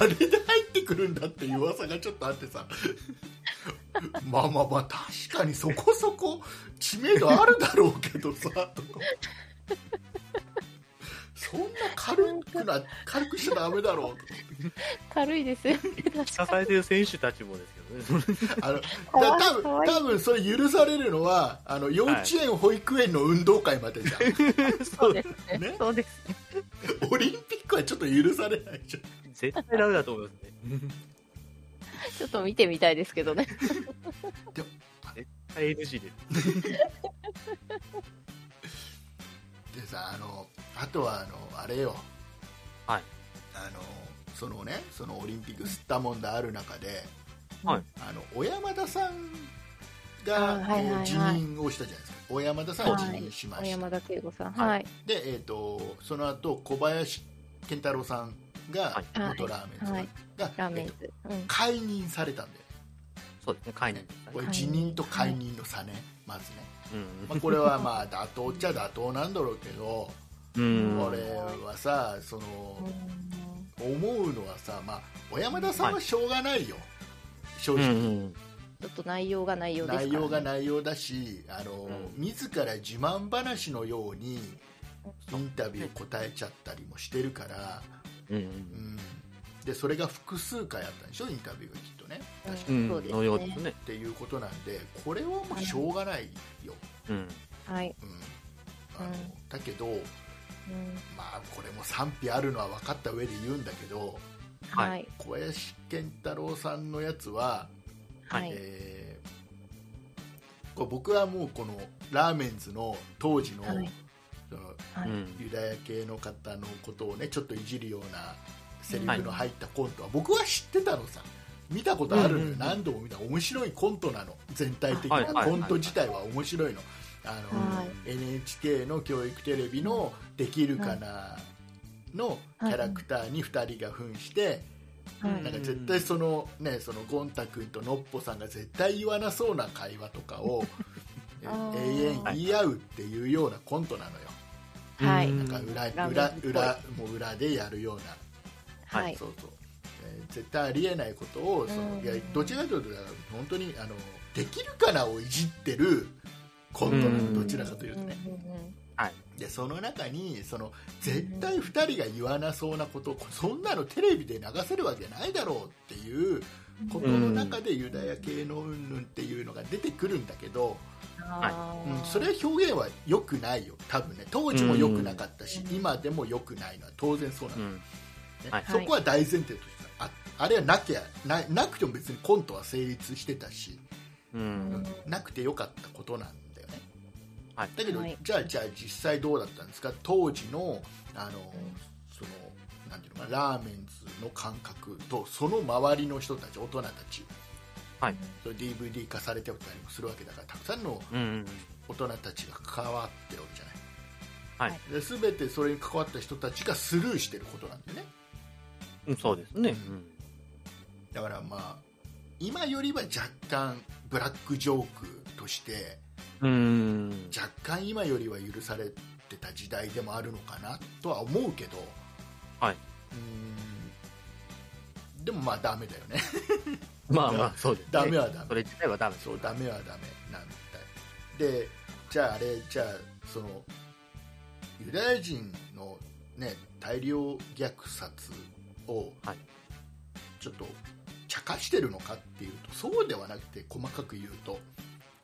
S2: あれで入ってくるんだっていう噂がちょっとあってさまあまあまあ確かにそこそこ知名度あるだろうけどさとかそんな軽くな軽くしちゃダメだろ
S4: 軽いですよね
S3: 支えてる選手たちもですけどね
S2: うとかあのだ
S4: かわい
S2: 多
S4: か
S2: 分
S4: わいい
S2: 多分それ許されるのはあの幼稚園、保育園の運動会までじゃん
S3: そう
S4: です
S2: ね
S4: そうですね
S2: オリンピックはちょっと許されないじゃん
S3: 絶対ダメだと思いますね
S4: ちょっと見てみたいですけどね
S3: 絶対 NG で
S2: でさあのあとはあのあれよ
S3: はい
S2: あのそのねそのオリンピック吸ったもんだある中で、
S3: はい
S2: あの小山田さん
S4: あ
S2: が、
S4: ーはいはいはい
S2: えー辞任をしたじゃないですか小山田さんは辞任しまし
S4: 小
S2: た、
S4: 山田圭吾さん
S3: はい
S4: はい
S2: で、えー、とその後小林健太郎さんが
S3: はい
S2: 元ラーメンズ
S4: はい
S2: が、
S4: ラーメン
S2: え
S4: ズ
S2: ーと
S4: うん
S2: 解任されたんだよ
S3: そうですね解任
S2: ね
S3: でした
S2: こ
S3: ね
S2: れ
S4: はい
S2: 辞任と解任の差ね、まずね、
S3: う
S2: まあ、これはまあ 妥当っちゃ妥当なんだろうけど、
S3: ん
S2: こ
S3: うん
S2: れはさその、思うのはさ、まあ、小山田さんはしょうがないよ、正
S3: うんう
S2: 直、
S3: ん
S4: ちょっと内容が内容ですから、ね、
S2: 内容が内容だしあの、
S3: うん
S2: 自ら自慢話のようにインタビュー答えちゃったりもしてるから、
S3: うんう
S2: うんん、でそれが複数回あったんでしょインタビューがきっとね。確か
S3: う
S2: に
S3: ん
S4: そうですね
S3: のようですね
S2: っていうことなんでこれはもうしょうがないよ、
S3: うん
S4: はい、
S2: うんあの
S4: うん
S2: だけど、
S4: うん
S2: まあ、これも賛否あるのは分かった上で言うんだけど
S3: はい
S4: はい
S2: 小林健太郎さんのやつは
S4: はい、
S2: えーこれ僕はもうこのラーメンズの当時の,、
S4: はい
S2: その
S4: は
S3: う
S4: い
S3: ん
S2: ユダヤ系の方のことをねちょっといじるようなセリフの入ったコントは、僕は知ってたのさ見たことあるのよ、
S3: うんうんうん
S2: 何度も見た面白いコントなの全体的な、
S3: はいはいはい
S2: コント自体は面白いのあの、
S4: はい
S2: NHK の教育テレビの「できるかな」のキャラクターに2人が扮して、
S4: はい
S2: なんか絶対そのねそのゴン太君とノッポさんが絶対言わなそうな会話とかをえ
S4: あー
S2: 永遠言い合うっていうようなコントなのよ、
S4: はい
S3: うん
S2: なんか裏
S4: ラーメン
S2: 裏
S4: っぽい
S2: 裏もう裏でやるような、
S4: は
S3: はい
S2: そうそう、えー絶対ありえないことをその
S4: うん
S2: いやどちらかというと本当にあのできるかなをいじってるコントなの
S3: うん
S2: どちらかというとね、
S4: うんうんうん
S3: はい
S2: でその中にその絶対2人が言わなそうなことこそんなのテレビで流せるわけないだろうっていうことの中でユダヤ系のうんぬんっていうのが出てくるんだけど、
S4: あー
S2: うんそれは表現は良くないよ多分ね当時も良くなかったし、
S4: うん
S2: 今でも良くないのは当然そうなん
S3: う
S2: だよね、
S3: んはい
S2: そこは大前提としてああれはなきゃななくても別にコントは成立してたし、
S3: う
S2: うんんなくてよかったことなんだよね
S3: はい
S2: だけど、
S4: はい
S2: じゃあじゃあ実際どうだったんですか当時のあの、そのなんていうのかなラーメンズの感覚とその周りの人たち大人たち
S3: はい
S2: それ DVD 化されておったりもするわけだからたくさんの
S3: うんうん
S2: 大人たちが関わってるわけじゃない
S3: はい
S2: で全てそれに関わった人たちがスルーしてることなんだよね
S3: うんそうですね
S2: だからまあ今よりは若干ブラックジョークとして
S3: うん。
S2: 若干今よりは許されてた時代でもあるのかなとは思うけど、
S3: はいう
S2: ーんでもまあダメだよね
S3: まあまあ、そうです、ね。
S2: ダメはダメ
S3: それ自体はダメ。
S2: そうダメはダメなんだよでじゃああれじゃあそのユダヤ人の、ね、大量虐殺を
S3: はい
S2: ちょっと茶化してるのかっていうとそうではなくて細かく言うと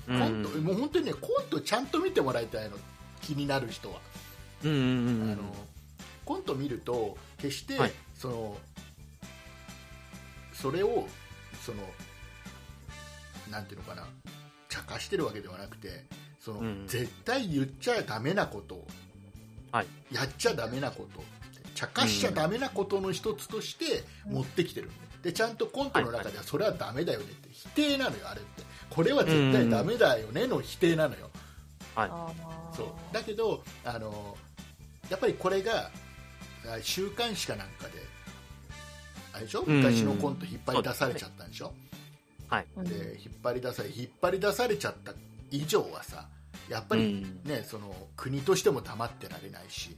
S3: う
S2: コ
S3: ん
S2: ント、もう本当にねコントちゃんと見てもらいたいの気になる人は、
S3: うんうんうん。
S2: あのコント見ると決して、
S3: はい
S2: そのそれをそのなんていうのかな茶化してるわけではなくてその、
S3: うん
S2: 絶対言っちゃダメなことを、
S3: はい
S2: やっちゃダメなこと茶化しちゃダメなことの一つとして持ってきてるんででちゃんとコントの中ではそれはダメだよねって否定なのよあれってこれは絶対ダメだよねの否定なのよ、
S3: はい
S4: あー
S2: そうだけどあのやっぱりこれがあ週刊誌かなんかであれでしょ
S3: うん
S2: 昔のコント引っ張り出されちゃったんでしょ、
S4: うん
S2: で引っ張り出され引っ張り出されちゃった以上はさやっぱり、
S3: うん
S2: ねその国としても黙ってられないし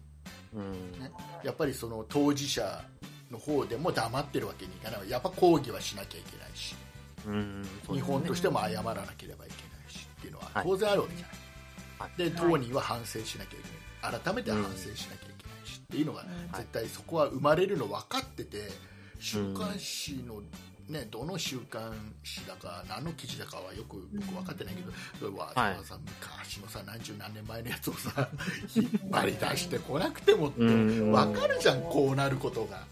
S3: うん
S2: ねやっぱりその当事者の方でも黙ってるわけにいかないやっぱ抗議はしなきゃいけないし、
S3: うんそう
S2: 日
S3: ですね
S2: 本としても謝らなければいけないしっていうのは
S3: はい
S2: 当然あるわけじゃない、
S3: は
S2: で
S3: い
S2: 当人は反省しなきゃいけない改めて反省しなきゃいけないしっていうのが
S4: うん
S2: 絶対そこは生まれるの分かってて週刊誌の、ね、どの週刊誌だか何の記事だかはよく僕分かってないけど、それはわ
S3: はい
S2: ざわざ昔のさ何十何年前のやつをさ引っ張り出してこなくてもって
S3: うん
S2: 分かるじゃんこうなることが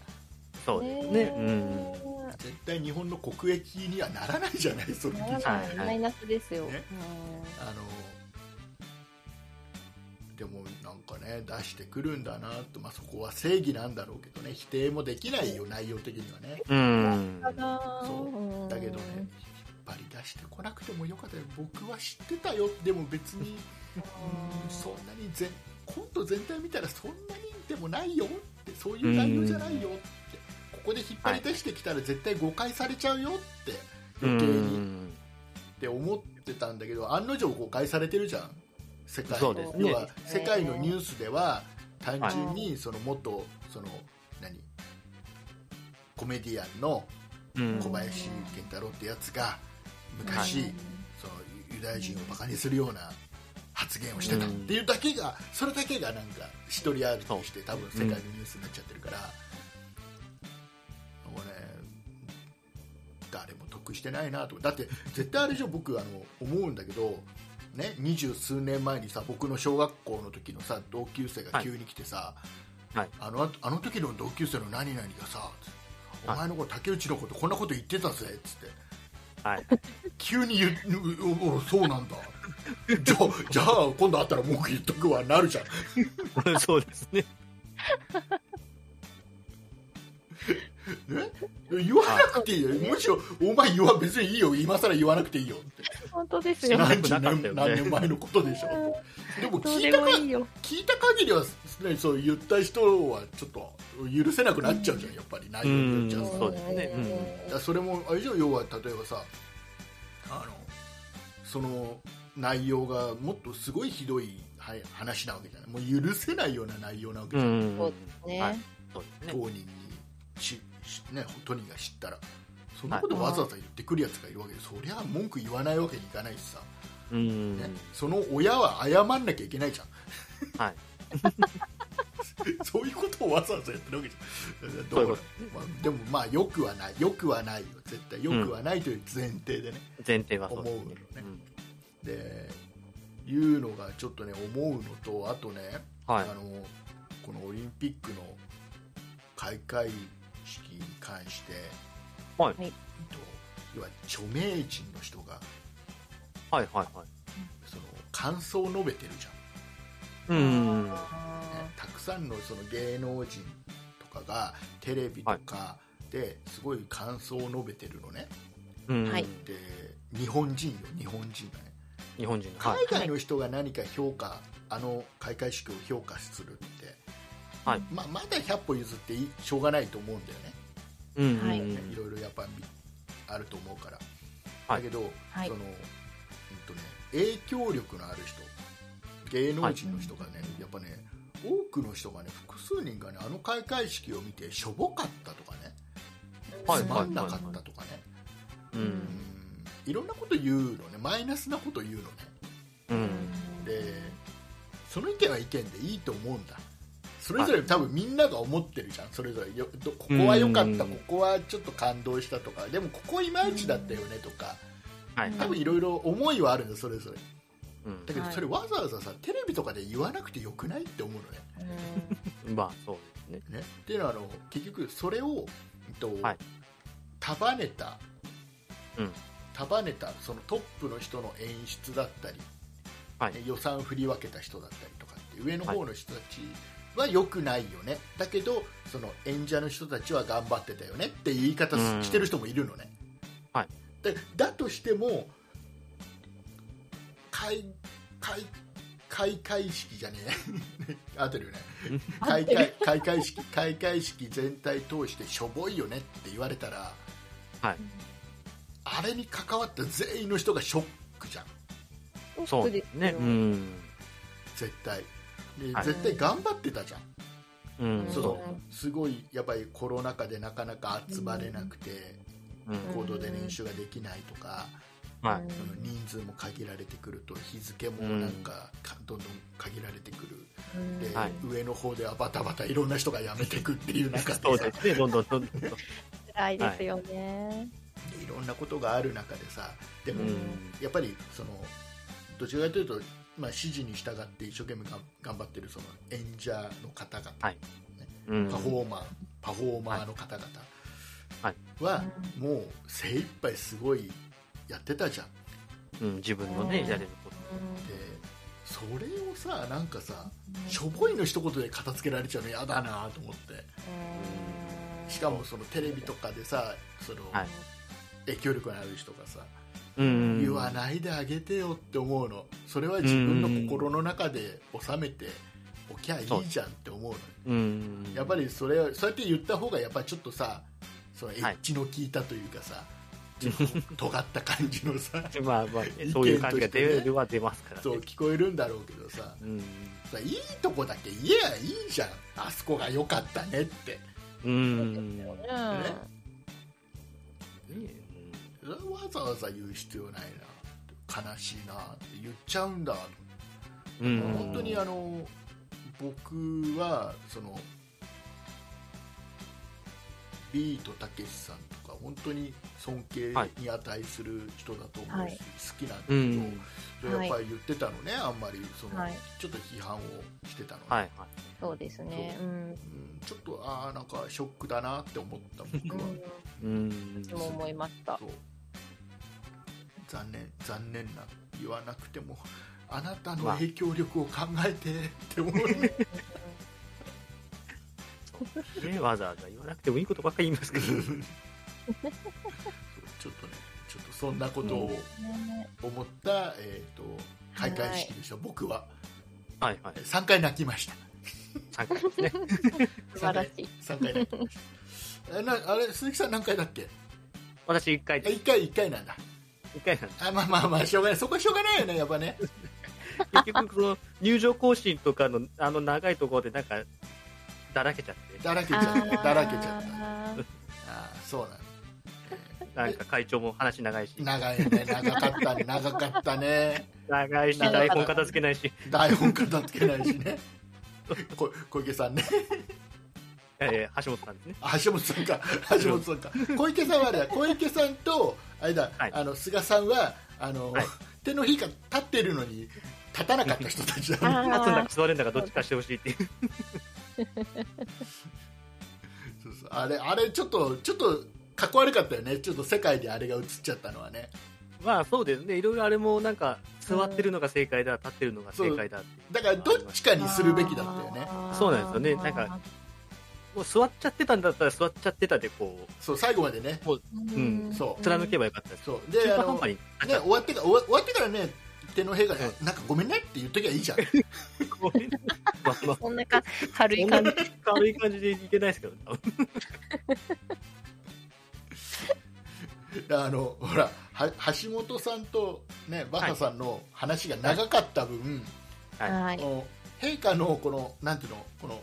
S3: そうですね。うん。
S2: 絶対日本の国益にはならないじゃないそれ
S4: ならないマイナスですよ。
S2: ね
S4: うん
S2: あのでもなんかね出してくるんだなと、まあ、そこは正義なんだろうけどね否定もできないよ内容的にはね
S3: うん。
S2: そうだけどね引っ張り出してこなくてもよかったよ僕は知ってたよでも別にうんそんなにぜコント全体見たらそんなにでもないよってそういう内容じゃないよってここで引っ張り出してきたら絶対誤解されちゃうよって余計にって思ってたんだけど案の定誤解されてるじゃん世界
S3: そうですね
S2: 要は世界のニュースでは単純にその元その何コメディアンの
S3: うん
S2: 小林健太郎ってやつが昔、
S4: はい
S2: そのユダヤ人をバカにするような発言をしてたっていうだけがそれだけがなんか一人歩きして多分世界のニュースになっちゃってるから、俺誰も得してないなとだって絶対あれじゃ僕あの思うんだけどね二十数年前にさ僕の小学校の時のさ同級生が急に来てさ、
S3: はいはい
S2: あのあの時の同級生の何々がさお前のこと竹内のことこんなこと言ってたぜっつって
S3: はい。
S2: 急に言ううううそうなんだじゃあじゃあ今度会ったら文句言っとくわなるじゃん
S3: そうですね。
S2: え言わなくていいよむしろお前言わ別にいいよ今更言わなくていいよって
S4: 本当です
S3: 知
S4: よ
S3: ら。な
S2: 何
S3: く
S2: 十
S3: なかった
S2: 年
S3: よね
S2: 何年前のことでしょでも
S4: どう
S2: 聞い
S4: で
S2: た
S4: も
S2: か
S4: いいよ。
S2: 聞いた限りは、ね、そう言った人はちょっと許せなくなっちゃうじゃんやっぱり内容によっちゃうと
S3: んそうですねうん
S2: だからそれもあれじゃん要は例えばさあのその内容がもっとすごいひどいは話なわけじゃないもう許せないような内容なわけ
S3: う
S2: じゃない、
S3: ん。
S4: そうですね
S3: はい。そうですね。
S2: 当人にしし、ね、トニーが知ったらそんなことわざわざ言ってくるやつがいるわけで、そりゃ文句言わないわけにいかないしさ、
S3: うん
S2: ね。その親は謝んなきゃいけないじゃん
S3: はい。
S2: そういうことをわざわざやってるわけじゃん。
S3: そういうこと
S2: まあ、でもまあよくはない、よくはないよ、絶対よくはないという前提でね、
S3: 前提はそうです
S2: 思う
S3: ね
S2: よね。で、いうのがちょっとね思うのと、あとね、
S3: うんはい
S2: あ。のこのオリンピックの開会式に関して、
S3: はい
S4: はい
S2: と要は著名人の人が
S3: はいはいはい。
S2: その感想を述べてるじゃん。
S3: うん。
S2: ねたくさんのその芸能人とかがテレビとかですごい感想を述べてるのね、
S3: うん。
S4: はい
S2: で日本人よ日本人がね
S3: 日本人の。はい
S2: 海。外の人が何か評価、あの開会式を評価するって、
S3: はい
S2: まあまだ100歩譲っていいしょうがないと思うんだよね、
S3: うん。
S4: はい
S2: いろいろやっぱりあると思うから、
S3: はい
S2: だけど、
S4: はい
S2: そのうんとね、影響力のある人芸能人の人がね、やっぱね多くの人がね複数人がねあの開会式を見てしょぼかったとかね
S3: はい
S2: つまんなかったとかね、
S3: う
S2: うん
S3: ん。
S2: いろんなこと言うのねマイナスなこと言うのね
S3: うん。
S2: でその意見は意見でいいと思うんだそれぞれ多分みんなが思ってるじゃんそれぞれよどここは良かった
S3: うん
S2: ここはちょっと感動したとかでもここいまいちだったよねとか
S3: はい。
S2: 多分いろいろ思いはあるんだそれぞれ
S3: うん
S2: だけどそれわざわざさテレビとかで言わなくてよくないって思うのね
S3: まあ、そうですね。
S2: ねっていうのはあの結局それを、えっと
S3: はい
S2: 束ねた、
S3: うん
S2: 束ねたそのトップの人の演出だったり、
S3: はい
S2: ね予算振り分けた人だったりとかって上の方の人たちは良くないよね、だけどその演者の人たちは頑張ってたよねって言い方す
S3: うん
S2: してる人もいるのね、
S3: はい
S2: でだとしても開開開会式じゃねえ 合ってるよね開会開会式開会式全体通してしょぼいよねって言われたら、
S3: はい
S2: あれに関わった全員の人がショックじゃん
S3: そうですね。うん。
S2: 絶対で、
S3: はい
S2: 絶対頑張ってたじゃん
S3: うん。
S2: そ
S3: そ
S2: すごいやっぱりコロナ禍でなかなか集まれなくて、
S3: う。うん。
S2: 行動で練習ができないとか、
S3: はい。
S2: その人数も限られてくると日付もなんかかどんどん限られてくる、で、
S3: はい
S2: 上の方ではバタバタいろんな人が辞めてくっていう中でさ
S3: そうですね。どんどんどんどん。
S4: 辛いですよね。
S2: でいろんなことがある中でさでも、
S3: うん
S2: やっぱりそのどちらかというと、まあ、指示に従って一生懸命がん頑張ってるその演者の方々、
S3: はいうん
S2: パフォーマーパフォーマーの方々
S3: はい
S2: は、もう精一杯すごいやってたじゃん
S3: うん。自分のね、やれるこ
S2: でそれをさなんかさしょぼいの一言で片付けられちゃうの嫌だなと思ってしかもそのテレビとかでさその、
S3: はい
S2: 影響力のある人がさ
S3: と。うん。
S2: 言わないであげてよって思うのそれは自分の心の中で収めておきゃいいじゃんって思うの
S3: うん。
S2: やっぱりそれそうやって言った方がやっぱりちょっとさそのエッジの効いたというかさ、ちょっと尖った感じの さ
S3: まあまあ、そういう感じが出るは出ますから
S2: そう
S3: ね。
S2: 聞こえるんだろうけどさ
S3: うん。
S2: さいいとこだけ言えばいいじゃんあそこが良かったねって
S3: うん。
S2: それはわざわざ言う必要ないな悲しいなって言っちゃうんだ
S3: うん。
S2: 本当にあの僕はそのビートたけしさんとか本当に尊敬に値する人だと思うし、
S4: はい
S2: 好きなんだ
S3: う
S2: け
S3: ん。
S2: ど、
S4: はい
S2: やっぱり言ってたのねあんまりその、
S4: はい
S2: ちょっと批判をしてたのね、
S3: はいは
S4: そうですね。うん。
S2: うんちょっとああなんかショックだなって思った僕は
S3: いう
S4: でも
S3: ん。
S4: 思いました
S2: そ。う残念残念な言わなくて もあなたの影響力を考えて って思うね
S3: ね、わざわざ言わなくてもいいことばっかり言 いますけど。
S2: ちょっとね、ちょっとそんなことを思った、えっ、と、開会式でした、僕は。
S3: はいはい。
S2: 3回泣きました。
S3: 3回ですね。
S4: 素晴らしい。
S2: 3回泣きました。 えなあれ、鈴木さん何回だっけ
S3: 私1回
S2: あ、
S3: です。
S2: 1回、1回なんだ。
S3: 1回なんで
S2: あ、まあまあまあ、しょうがない。そこはしょうがないよね、やっぱね。
S3: す。結局、その、入場更新とかの、あの長いところでなんか、だらけちゃって、
S2: だらけちゃった。だらけちゃった。あーそうなんだ
S3: なんか会長も話長いし、
S2: 長いね、長かったね、長かったね。
S3: 長いし、台本片付けないし、
S2: 台本片付けないしね。こ小池さんね。
S3: えー、橋本さんですね。
S2: あ橋本さんか、橋本さんか、小池さんはあれだ、小池さんと、あれだ、
S3: はい
S2: あの菅さんは、あの、
S3: はい
S2: 手のひらが立ってるのに、立たなかった人たちだ、ね、
S3: 立つんだ
S4: あ
S3: か座るんだかどっちかしてほしいっていう。
S2: そうそうあれ、あれ、ちょっと、ちょっと、かっこ悪かったよね、ちょっと世界であれが映っちゃったのはね、
S3: まあそうですね。いろいろあれもなんか、座ってるのが正解だ、立ってるのが正解だっていう
S2: だからどっちかにするべきだったよね、
S3: そうなんですよねなんか、もう座っちゃってたんだったら座っちゃってたで、こ
S2: そう、最後までね、
S3: ん、
S2: そう
S3: 貫けばよかったです。
S2: そう、
S3: 中
S2: で、あ
S3: 途半
S2: の、
S3: 端
S2: ね、
S3: に。
S2: 終わってから、終わ終わってからね、手のひらが、
S3: う
S2: なんかごめんねって言っときゃいいじゃん、
S3: こうねまあまあ
S4: そんなか軽い感じ。
S3: 軽い感じでいけないですけど、多分
S2: あのほらは橋本さんと、ね、バッハさんの話が長かった分、
S3: はい
S4: はい
S2: こ。の陛下のこのなんていうのこの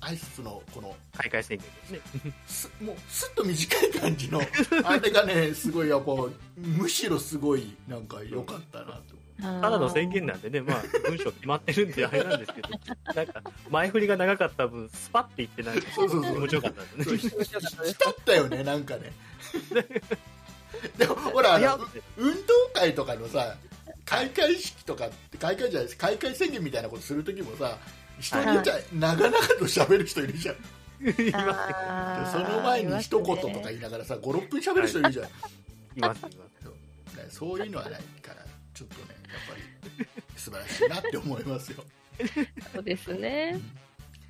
S2: 挨拶のこの
S3: 開会宣言ですね。
S2: すもうすっと短い感 じのあれがねすごいやっぱむしろすごいなんか良かったなと
S4: た
S3: ただの宣言なんでね、まあ、文章決まってるんであれなんですけど、 なんか、前振りが長かった分、スパッていってなんか、
S2: そうそうそう
S3: 気持ちよかったんで
S2: そう
S3: す
S2: ひ
S3: ね。
S2: ひ浸ったよねなんかねでもほらあ
S3: いや
S2: の、運動会とかのさ開会式とかって開会じゃないです開会宣言みたいなことする時もさ人によっちゃ長々と喋る人いるじゃん、
S3: 言 いますね。
S4: あー
S2: その前に一言とか
S4: あ
S2: 言
S4: り
S2: いながらさ56分喋る人いるじゃん、
S3: 言います、言います。
S2: ねそういうのはないからちょっとねやっぱり素晴らしいなって思いますよ
S4: ますねそうですね。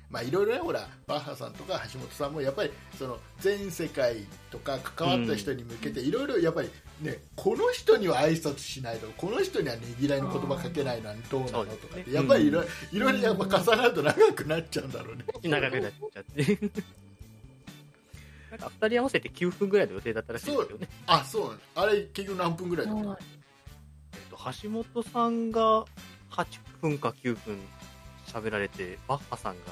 S2: まあいろいろねほらバッハさんとか橋本さんもやっぱりその全世界とか関わった人に向けていろいろやっぱりねこの人には挨拶しないとこの人にはねぎらいの言葉かけないのはどうなのとかってやっぱりいろいろいろやっぱ重なると長くなっちゃうんだろうね。
S3: 長くなっちゃって。なんか、二人合わせて9分ぐらいの予定だったらしいんですよね。
S2: あそうあれ結局何分ぐらいだったの
S3: えっと、橋本さんが8分か9分喋られて、バッハさんが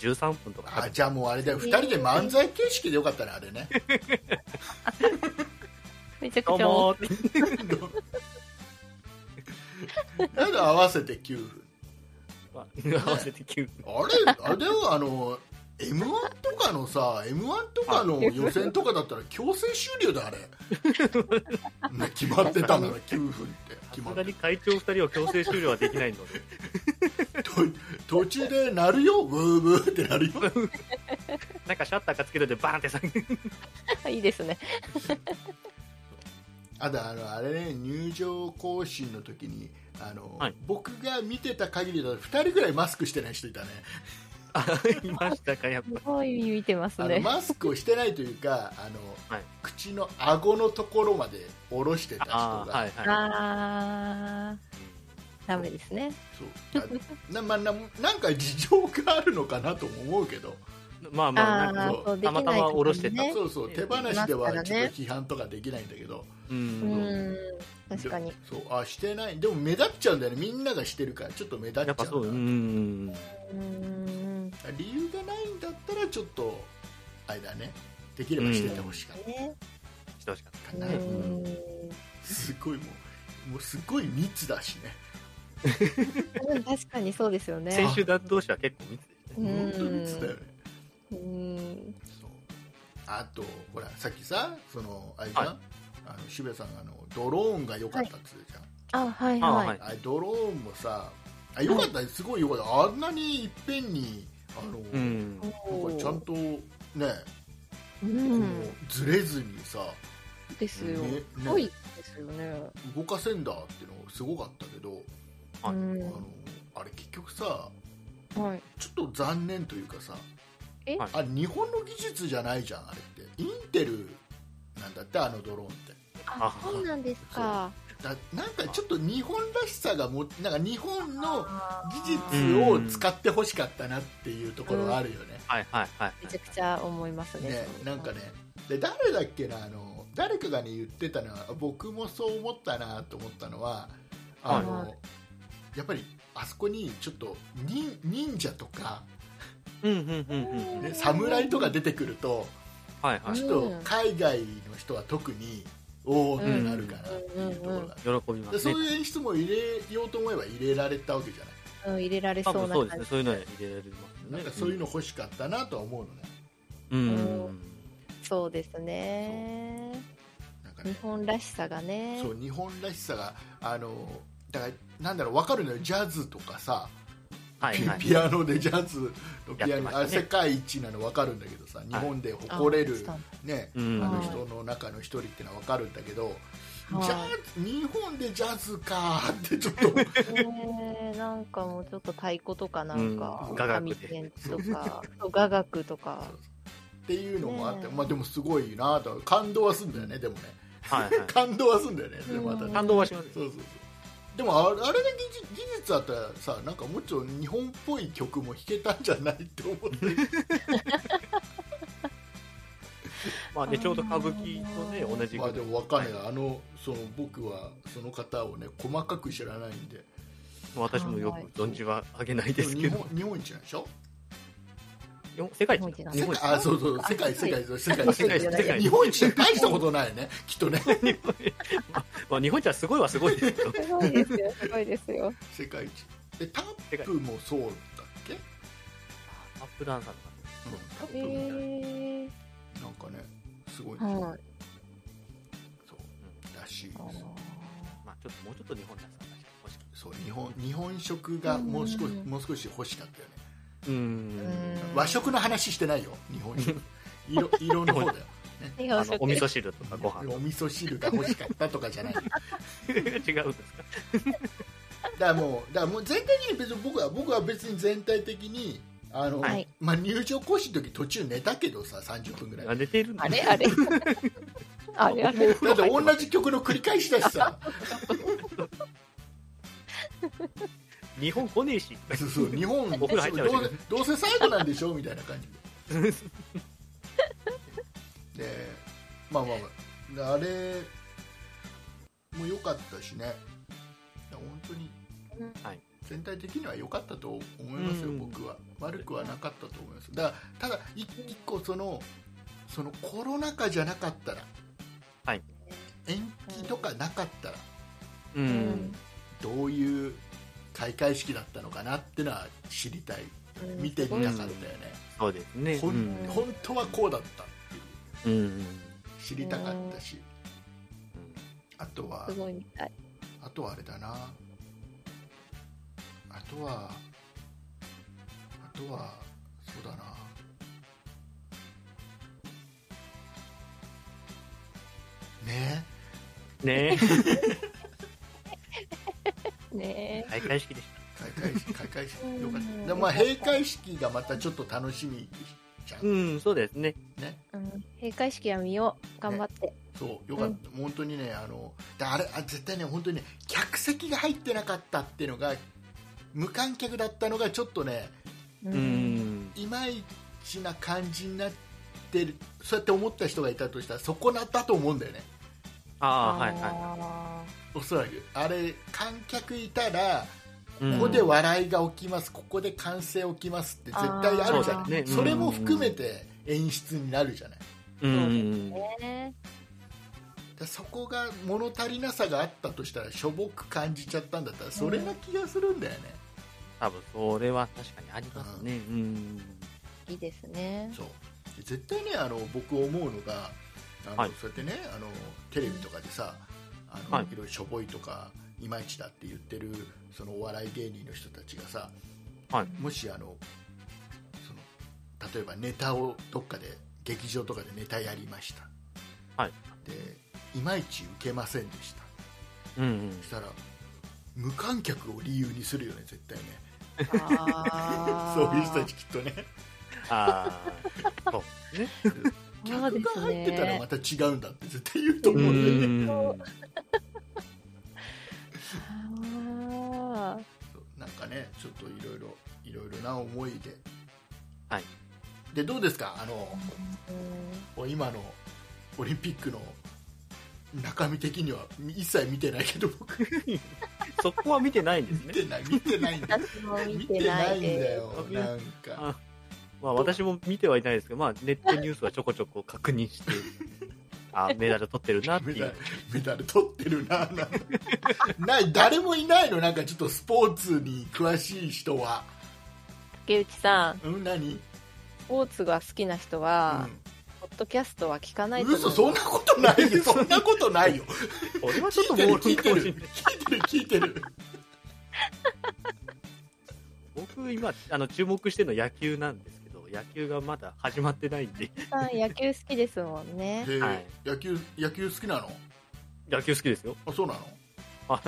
S3: 13分とか喋っ
S2: あ
S3: て
S2: じゃあもうあれだよ2人で漫才形式でよかったねあれね。
S4: めちゃ
S3: ど
S4: く
S3: う
S4: ちゃ面
S3: もーって
S2: なんで合わせて9分
S3: まあ合わせて9分。
S2: あれ、あれだよ、あの、M1 とかのさ、M1 とかの予選とかだったら強制終了だ、あれ。ね決まってたんだ から、9分って。決
S3: さ
S2: ますって
S3: が
S2: た
S3: に会長2人を強制終了はできないので、
S2: と途中で鳴るよ、ブーブーって鳴るよ。
S3: なんかシャッターがつけるでバーンって下げる。
S4: 白い。いいですね。
S2: あと、あの、あれね、入場行進の時に、あの、
S3: はい
S2: 僕が見てた限りだと2人ぐらいマスクしてない人いたね。
S3: あいましたか、やっぱ
S4: す。ごい見てます
S2: あの
S4: ね。
S2: マスクをしてないというか、あの、
S3: はい
S2: 口の顎のところまで下ろしてた人
S3: あ
S2: が、
S3: あ、はいはい。
S4: あー、ダメですね。
S2: そうあな,、まあ、ななんか事情があるのかなとも思うけど、
S3: まあまあ、
S4: あ
S3: なん
S4: あ
S3: か
S2: そ
S4: ー、
S2: う
S4: そう、で
S3: た
S4: き
S3: ま
S4: ない
S3: たま下ろして
S4: 時
S3: た
S4: にね。
S2: そうそう手放しではちょっと批判とかできないんだけど、
S3: う。
S4: うんん、確かに。
S2: でそうあしてないでも目立っちゃうんだよねみんながしてるからちょっと目立っちゃ
S3: やっぱそうう、うん
S2: だ
S3: ん。
S4: うん。
S2: 理由がないんだったらちょっとあれだねできればしててほしかっ
S4: ね。
S3: してほしかった
S2: か
S4: う
S2: な、
S4: ん。
S2: すごいもうもうすごい密だしね
S4: うん確かにそうですよ
S3: た。
S4: ね
S3: 先。週だ同士は結構密でした
S4: う
S3: ね。
S4: ん
S2: 本当に密だよね
S4: うん。
S2: そうあとほらさっきさそのあれじゃん、
S3: は
S2: あの渋谷さんがあのドローンが良かったっつうじゃん、
S4: あ、はい
S3: あ
S4: は
S3: はいい。
S2: あれドローンもさあよかったねすごいよかったあんなにいっぺんにあの、
S3: う
S2: なん
S3: ん。
S2: かちゃんとね、こ
S4: う。
S2: うんずれずにさ、
S4: ですよ。
S2: ね
S4: すごい
S2: ね
S4: ですよね。
S2: 動かせんだっていうのがすごかったけど、
S3: はい
S4: うん
S2: あのあれ結局さ
S4: はい。
S2: ちょっと残念というかさ
S4: え
S2: あ日本の技術じゃないじゃんあれってインテルなんだってあのドローンって
S4: あ
S3: あ、
S4: そうなんですか。
S2: だなんかちょっと日本らしさがもなんか日本の技術を使ってほしかったなっていうところはあるよね、
S3: はいはいはい。
S4: めちゃくちゃ思いますね。
S2: ね、なんか
S4: ね。
S2: ねで誰だっけなあの誰かがね言ってたのは僕もそう思ったなと思ったのはあの、
S4: は
S2: やっぱりあそこにちょっと忍忍者とか、
S3: うんうんうんうん。
S2: ね、侍とか出てくると
S3: はいはい
S2: ち。ょっと海外の人は特におおってなるかなっていうところが、
S3: 喜びま
S2: ですそう
S3: ね。
S2: いう演出も入れようと思えば入れられたわけじゃない、
S4: うん入れられそ
S3: 多分
S4: うな
S3: そ
S4: 感
S3: うですね。そういうのは入れられますね。
S2: なんかそういうの欲しかったなとは思うのね
S3: うん。
S4: じ。そうですね。
S2: なんか
S4: 日
S2: ね
S4: 本らしさがね。
S2: そう日本らしさがあのだからなんだろう分かるのよジャズとかさ
S3: はいはい。
S2: ピアノでジャズのピ
S3: や
S2: アノ、
S3: ってました
S2: あ
S3: ね
S2: 世界一なの分かるんだけどさ日本で誇れる、
S4: あ
S2: ね
S3: う
S2: あ
S3: ん。
S2: の
S4: はい
S2: 人の中の一人ってのは分かるんだけど、
S4: はい
S2: ジャズ日本でジャズかーってちょっ と
S4: ねえなんかもうちょっと太鼓とかなんか、
S3: うん雅楽
S4: 紙
S3: で
S4: ペンとか、そう雅楽とか、
S2: っていうのもあって、
S4: ねえ
S2: まあ、でもすごいなと感動はすんだよねでもね
S3: はいはい。
S2: 感動はすんだよねでもまたね
S4: うん
S3: 感動はします
S2: そうそうそうでもあれあれだけ技技術あったらさなんかもうちょっと日本っぽい曲も弾けたんじゃないって思って
S3: まあね、ちょうど歌舞伎とね、同じぐ
S2: ま
S3: ら
S2: あ
S3: い
S2: で。も分かんない、あのその僕はその方をね細かく知らないんで
S3: 私もよく存じはあげないですけ
S2: も日、
S3: ど
S2: 本日本一なんでしょ
S3: よ世界一
S4: 日本一
S3: 日
S2: 世
S3: 本
S2: 界
S3: 一
S2: あそうそう
S4: あ
S2: 世界世界世界
S3: 世界世界
S2: 日本一って大したことないよねきっとね
S3: まあ日本一はすごいはすごいですけど、
S4: すごいですよ、すごいですよ。
S2: 世界一でタップもそうだっけ、
S3: アップダンサー
S2: うんタッ
S3: とか
S2: プ
S4: へ
S2: も
S4: え
S2: なんかねすごいんですよ、
S4: はい。
S2: そうらしいです
S3: まあちょっともうちょっと日本ダンサーが欲し
S2: そう日本日本食がもう少し
S4: うん
S2: もう少し欲しかったよね
S3: い。うーん。
S4: うん
S2: 和食の話してないよ日本 食色色の方だよ
S4: 日
S3: あ
S4: 本
S3: の
S4: 食
S3: お味噌汁とかご飯。
S2: お味噌汁が欲しかったとかじゃないだか
S3: 違うんですから
S2: もうだからもう全体的に別に僕は僕は別に全体的にあの、
S4: はい
S2: まあ、入場講師の時途中寝たけどさ30分ぐらい
S3: あ。寝てるんだ
S4: あれ あれ。あれあれ。
S2: だって同じ曲の繰り返しだしさ
S3: 日本来ねえし。
S2: そうそう日本
S3: お風呂入っちゃうし
S2: どうせどうせ最後なんでしょみたいな感じででまあまあまあであれも良かったしねだから本当に
S3: はい
S2: 全体的には良かったと思いますよ、
S3: うん
S2: 僕は悪くはなかったと思いますだからただ一一個そのそのコロナ禍じゃなかったら、
S3: はい
S2: 延期とかなかったら
S3: う
S4: うんん。
S2: どういう開会式だったのかなってのは知りたい見てみたかったよね、
S3: そうですね。
S2: ほん
S3: うん
S2: 本当はこうだったっていう
S3: うん。
S2: 知りたかったし、あとは
S4: すごいみたい。
S2: あとはあれだなあとはあとはそうだなね
S3: ね
S4: ね
S3: え、開会式でし
S2: 開会 式開会式
S4: うん
S2: よかったでまあ閉会式がまたちょっと楽しみじゃ
S3: た。
S2: ん、
S3: うん、そうですね。
S2: ね
S4: え。うん。閉会式は見よう。頑張って。
S2: そうよかった、本当にねあのであれあ絶対ね本当にね客席が入ってなかったっていうのが無観客だったのがちょっとね
S4: う
S3: う。ん。
S2: いまいちな感じになってるそうやって思った人がいたとしたらそこなったと思うんだよね
S3: ああ、はいは
S4: は
S2: おそらくあれ観客いたら
S3: い。うん
S2: ここで笑いが起きます、ここで歓声起きますって絶対あるじゃ
S4: あ
S2: ない
S4: ー
S2: そ,、
S3: ねうん
S2: れも含めて演出になるじゃないだか
S3: うん。
S4: ね。
S2: らそこが物足りなさがあったとしたらしょぼく感じちゃったんだったらそれな気がするんだよね、
S3: 多分、それは確かにありますね。うん。
S4: いいですね。
S2: そうで絶対ねあの僕思うのがあの、
S3: はい
S2: そうやってねあのテレビとかでさあの、
S3: はい
S2: い、ろいろしょぼいとかいまいちだって言ってるそのお笑い芸人の人たちがさ
S3: はい。
S2: もしあのその例えばネタをどっかで劇場とかでネタやりました
S3: はい。
S2: でいまいち受けませんでした
S3: うん。
S2: そしたら無観客を理由にするよね絶対ね
S4: あ
S2: そういう人たちきっとね
S3: ああ。そう。
S2: 客
S4: そうです
S2: が
S4: ね
S2: 入ってたらまた違うんだって絶対言うと
S3: う
S2: 思うんだよね
S3: ん。
S4: あ
S2: そうなんかねちょっといろいろいろいろな思いで
S3: はい
S2: でどうですかあ
S4: ー
S2: の
S4: うん
S2: 今のオリンピックの中身的には一切見てない けど僕見
S3: そこは見てないんですね。
S2: てない見て ないんだ
S4: 私も
S2: 見
S4: 見
S2: て
S4: て
S2: な
S4: ないい
S2: んだ
S4: で
S2: よなんか
S3: まあ私も見てはいないですけど、まあネットニュースはちょこちょこ確認 して、あメダル取ってるなって
S2: メ
S3: い
S2: ダ
S3: う
S2: ル。メダル取ってるななんかない誰もいないのなんかちょっとスポーツに詳しい人は
S4: 竹内さん、
S2: うん何
S4: スポーツが好きな人は、ポッドキャストは聞かない
S2: うん
S4: と思う。
S2: 嘘そん なことないよそんなことないよ
S3: これはちょっ
S2: 聞
S3: と
S2: いてる
S3: 暴
S2: 聞い
S3: 論か
S2: てる聞いて
S3: もしれない。
S2: る聞いてる
S3: 僕今、あの注目してるの野球なんですけど、野球がまだ始まってないんで、
S4: さん野球好きですもんね。
S2: へえ
S3: はい
S2: 野球野球好きなの
S3: 野球好きですよ。
S2: あ そうなの
S3: あ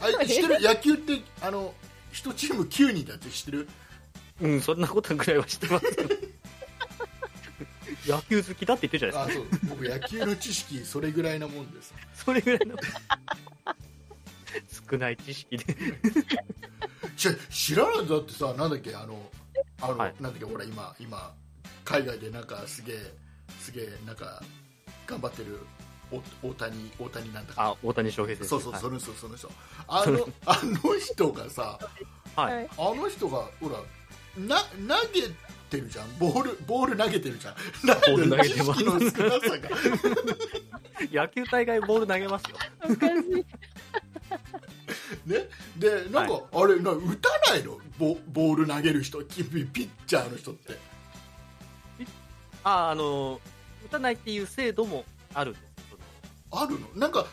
S2: あれ知ってる野球ってあの一チーム9人だって知ってる
S3: うん、そんなことぐらいは知ってます。野球好きだって言ってるじゃな
S2: あ
S3: いですか。
S2: そう僕野球の知識それぐらいなもんです
S3: それぐらいの。少ない知識で。
S2: ちょ知らないだってさなんだっけあのあの、
S3: はい
S2: なんだっけほら今今海外でなんかすげえすげえなんか頑張ってるお大谷大谷なんだか
S3: あ、大谷翔平です。
S2: そうそう
S3: はい
S2: その人その人あ のあの人がさ
S3: はい
S4: はい
S2: あの人がほらな投げてるじゃんボールボール投げてるじゃんなんで
S3: ボール投げてます
S2: 知識の少なさが
S3: 野球大会ボール投げますよ。
S4: おかしい。
S2: ね、でなんか、
S3: は
S2: あれな打たないのボボール投げる人君ピッチャーの人って
S3: あ、あの、打たないっていう制度もあるんですけど。
S2: あるのなんか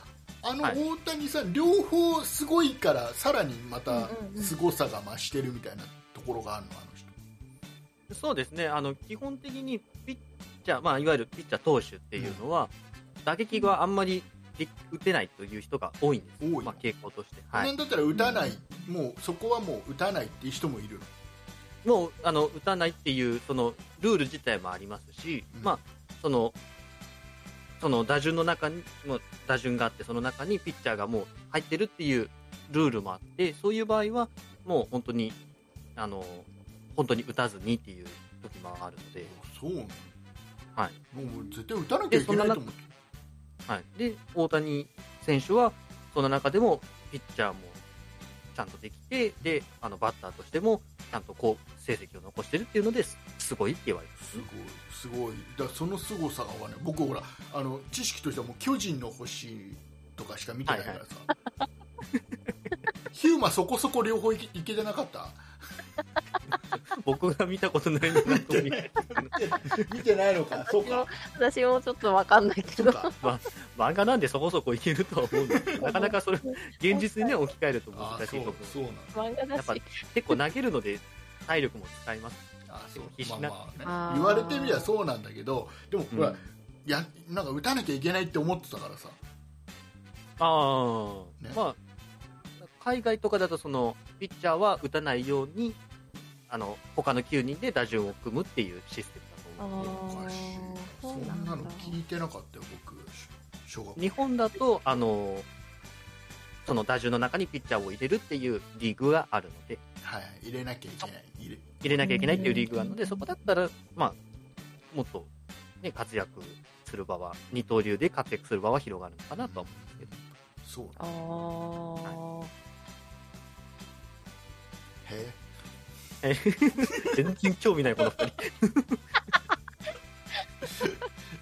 S2: あの
S3: はい
S2: 大谷さん、両方すごいからさらにまた
S4: うんうんうん
S2: すごさが増してるみたいなところがあるのあの人
S3: そうですね、あの基本的にピッチャー、まあ、いわゆるピッチャー投手っていうのは、打撃があんまりで打てないという人が多いんです、
S2: 多い
S3: まあ、傾向として、
S2: な
S3: は
S2: ん
S3: い、
S2: だったら打たない、もうそこはもう打たないっていう人もいるの
S3: もうあの打たないっていうそのルール自体もありますし、
S2: うん
S3: まあ、そのその打順の中にもう打順があって、その中にピッチャーがもう入ってるっていうルールもあって、そういう場合は、もう本当にあの本当に打たずにっていう時もあるので。
S2: そうなの、
S3: はい
S2: もう絶対打たなきゃいけないと思って
S3: はい、で大谷選手はその中でもピッチャーもちゃんとできてであのバッターとしてもちゃんとこう成績を残してるっていうのですすごいって言われます
S2: すごいすごいだからその凄さがわかんない僕ほらあの知識としてはもう巨人の星とかしか見てないからさ、 ヒューマそこそこ両方いけいけてなかった
S3: 僕が見たことないなと思い
S2: 見てないのかそう
S4: か 私もちょっとわかんないけど。
S3: 漫画なんでそこそこいけるとは思うんですけどなかなかそれ現実にね置き換えると
S2: あ
S3: 難し
S2: そ
S3: いうと思う
S2: そうなん
S4: 漫画だ
S3: やっぱ
S4: し
S3: り。結構投げるので体力も使います
S2: あ
S3: でも
S2: そう
S3: 必死
S2: まあ
S3: な
S2: まあね
S4: あー
S2: 言われてみりゃそうなんだけどでもほら、
S3: うん
S2: やなんか打たなきゃいけないって思ってたからさ
S3: ああ、
S2: ね
S3: まあ、海外とかだとその、ピッチャーは打たないように、あの他の9人で打順を組むっていうシステムだと思うので、
S4: あー
S2: おかしい
S4: そ
S2: そ
S4: うなん
S2: ん
S4: だ
S2: なの聞いてなかったよ僕小学校
S3: 日本だと、あのその打順の中にピッチャーを入れるっていうリーグがあるので、
S2: はい入れなきゃいけない入れ
S3: 入れなきゃいけないっていうリーグがあるので、そこだったら、まあ、もっと、ね、活躍する場は、二刀流で活躍する場は広がるのかなとは思うんですけど、
S2: そう
S4: あー
S2: へえ
S3: 全然興味ない、この2人。
S2: で、